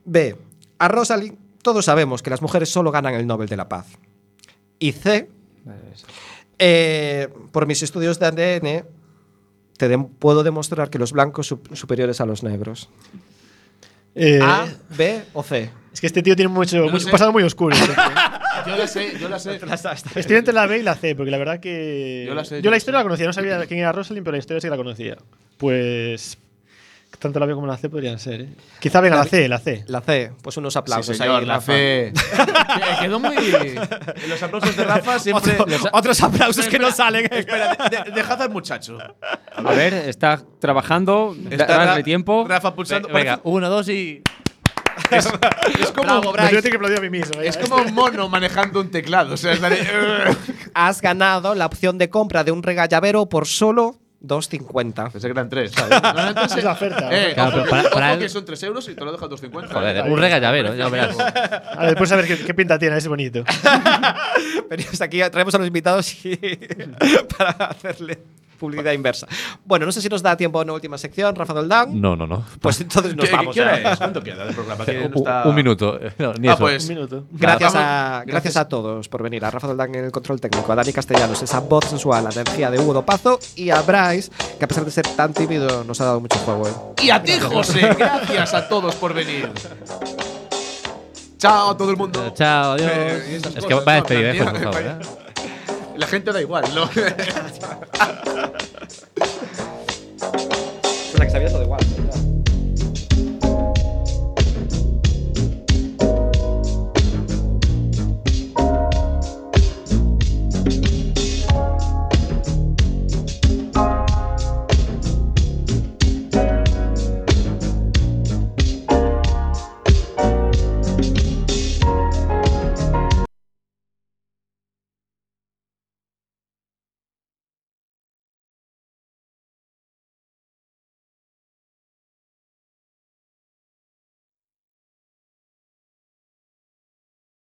G: B. A Rosalie todos sabemos que las mujeres solo ganan el Nobel de la Paz. Y C. eh, por mis estudios de ADN te dem- puedo demostrar que los blancos sup- superiores a los negros.
F: Eh,
G: A, B o C.
F: Es que este tío tiene mucho,
C: lo
F: mucho
C: sé.
F: pasado muy oscuro.
C: Yo la sé, yo la sé.
F: Estoy entre la B y la C, porque la verdad que.
C: Yo la sé, yo
F: yo
C: la
F: la historia la conocía, no sabía quién era Rosalind, pero la historia sí que la conocía. Pues. Tanto la B como la C podrían ser, ¿eh? Quizá venga la C, la C.
G: La C, pues unos aplausos.
C: Sí,
G: ahí,
C: señor, la
G: Rafa.
C: fe. Que- Quedó muy. Los aplausos de Rafa siempre. los-
G: Otros aplausos que no salen.
C: Espera, de- dejad al muchacho.
D: A ver, está trabajando,
C: Está
D: da-
C: Ra-
D: darle tiempo.
C: Rafa pulsando.
B: Venga, uno, dos y.
C: parece- es como,
F: Pues yo tengo que aplaudir a mí mismo.
C: es
F: ya,
C: como un mono manejando un teclado. O sea, es la de-
G: Has ganado la opción de compra de un regallavero por solo 2.50.
C: Pensé que eran tres, ¿sabes? No, entonces,
F: Es la oferta.
C: Eh,
B: Claro,
C: ojo,
B: pero
C: que-
B: para-
C: ojo
B: para
C: que
B: él-
C: son 3 euros y te lo dejas 2.50.
B: Joder, un regallavero, ya verás.
F: este. A ver, después a ver qué, qué pinta tiene, es bonito.
G: Venimos aquí, traemos a los invitados y- para hacerle publicidad inversa. Bueno, no sé si nos da tiempo a una última sección, Rafa Doldán.
B: No, no, no.
G: Pues entonces nos
C: ¿Qué,
G: vamos.
C: ¿qué hora
G: ya.
C: es? ¿Cuánto queda de programa? Que no
B: Un,
C: está-
B: un minuto. No, ni
C: Ah,
B: eso.
C: pues.
F: Un minuto.
G: Gracias
C: Vamos,
G: a, gracias a todos por venir. A Rafa Doldán en el control técnico, a Dani Castellanos, esa voz sensual, la energía de Hugo Pazo y a Bryce, que a pesar de ser tan tímido, nos ha dado mucho juego. ¿eh?
C: Y a ti, José. Gracias a todos por venir. Chao a todo el mundo.
B: Chao, adiós.
C: Eh, y esas
B: es que
C: cosas,
B: va a
C: ¿no?
B: despedir, eh,
C: Tío,
B: por favor. ¿eh?
C: La gente da igual, ¿no?
G: Es la que sabías o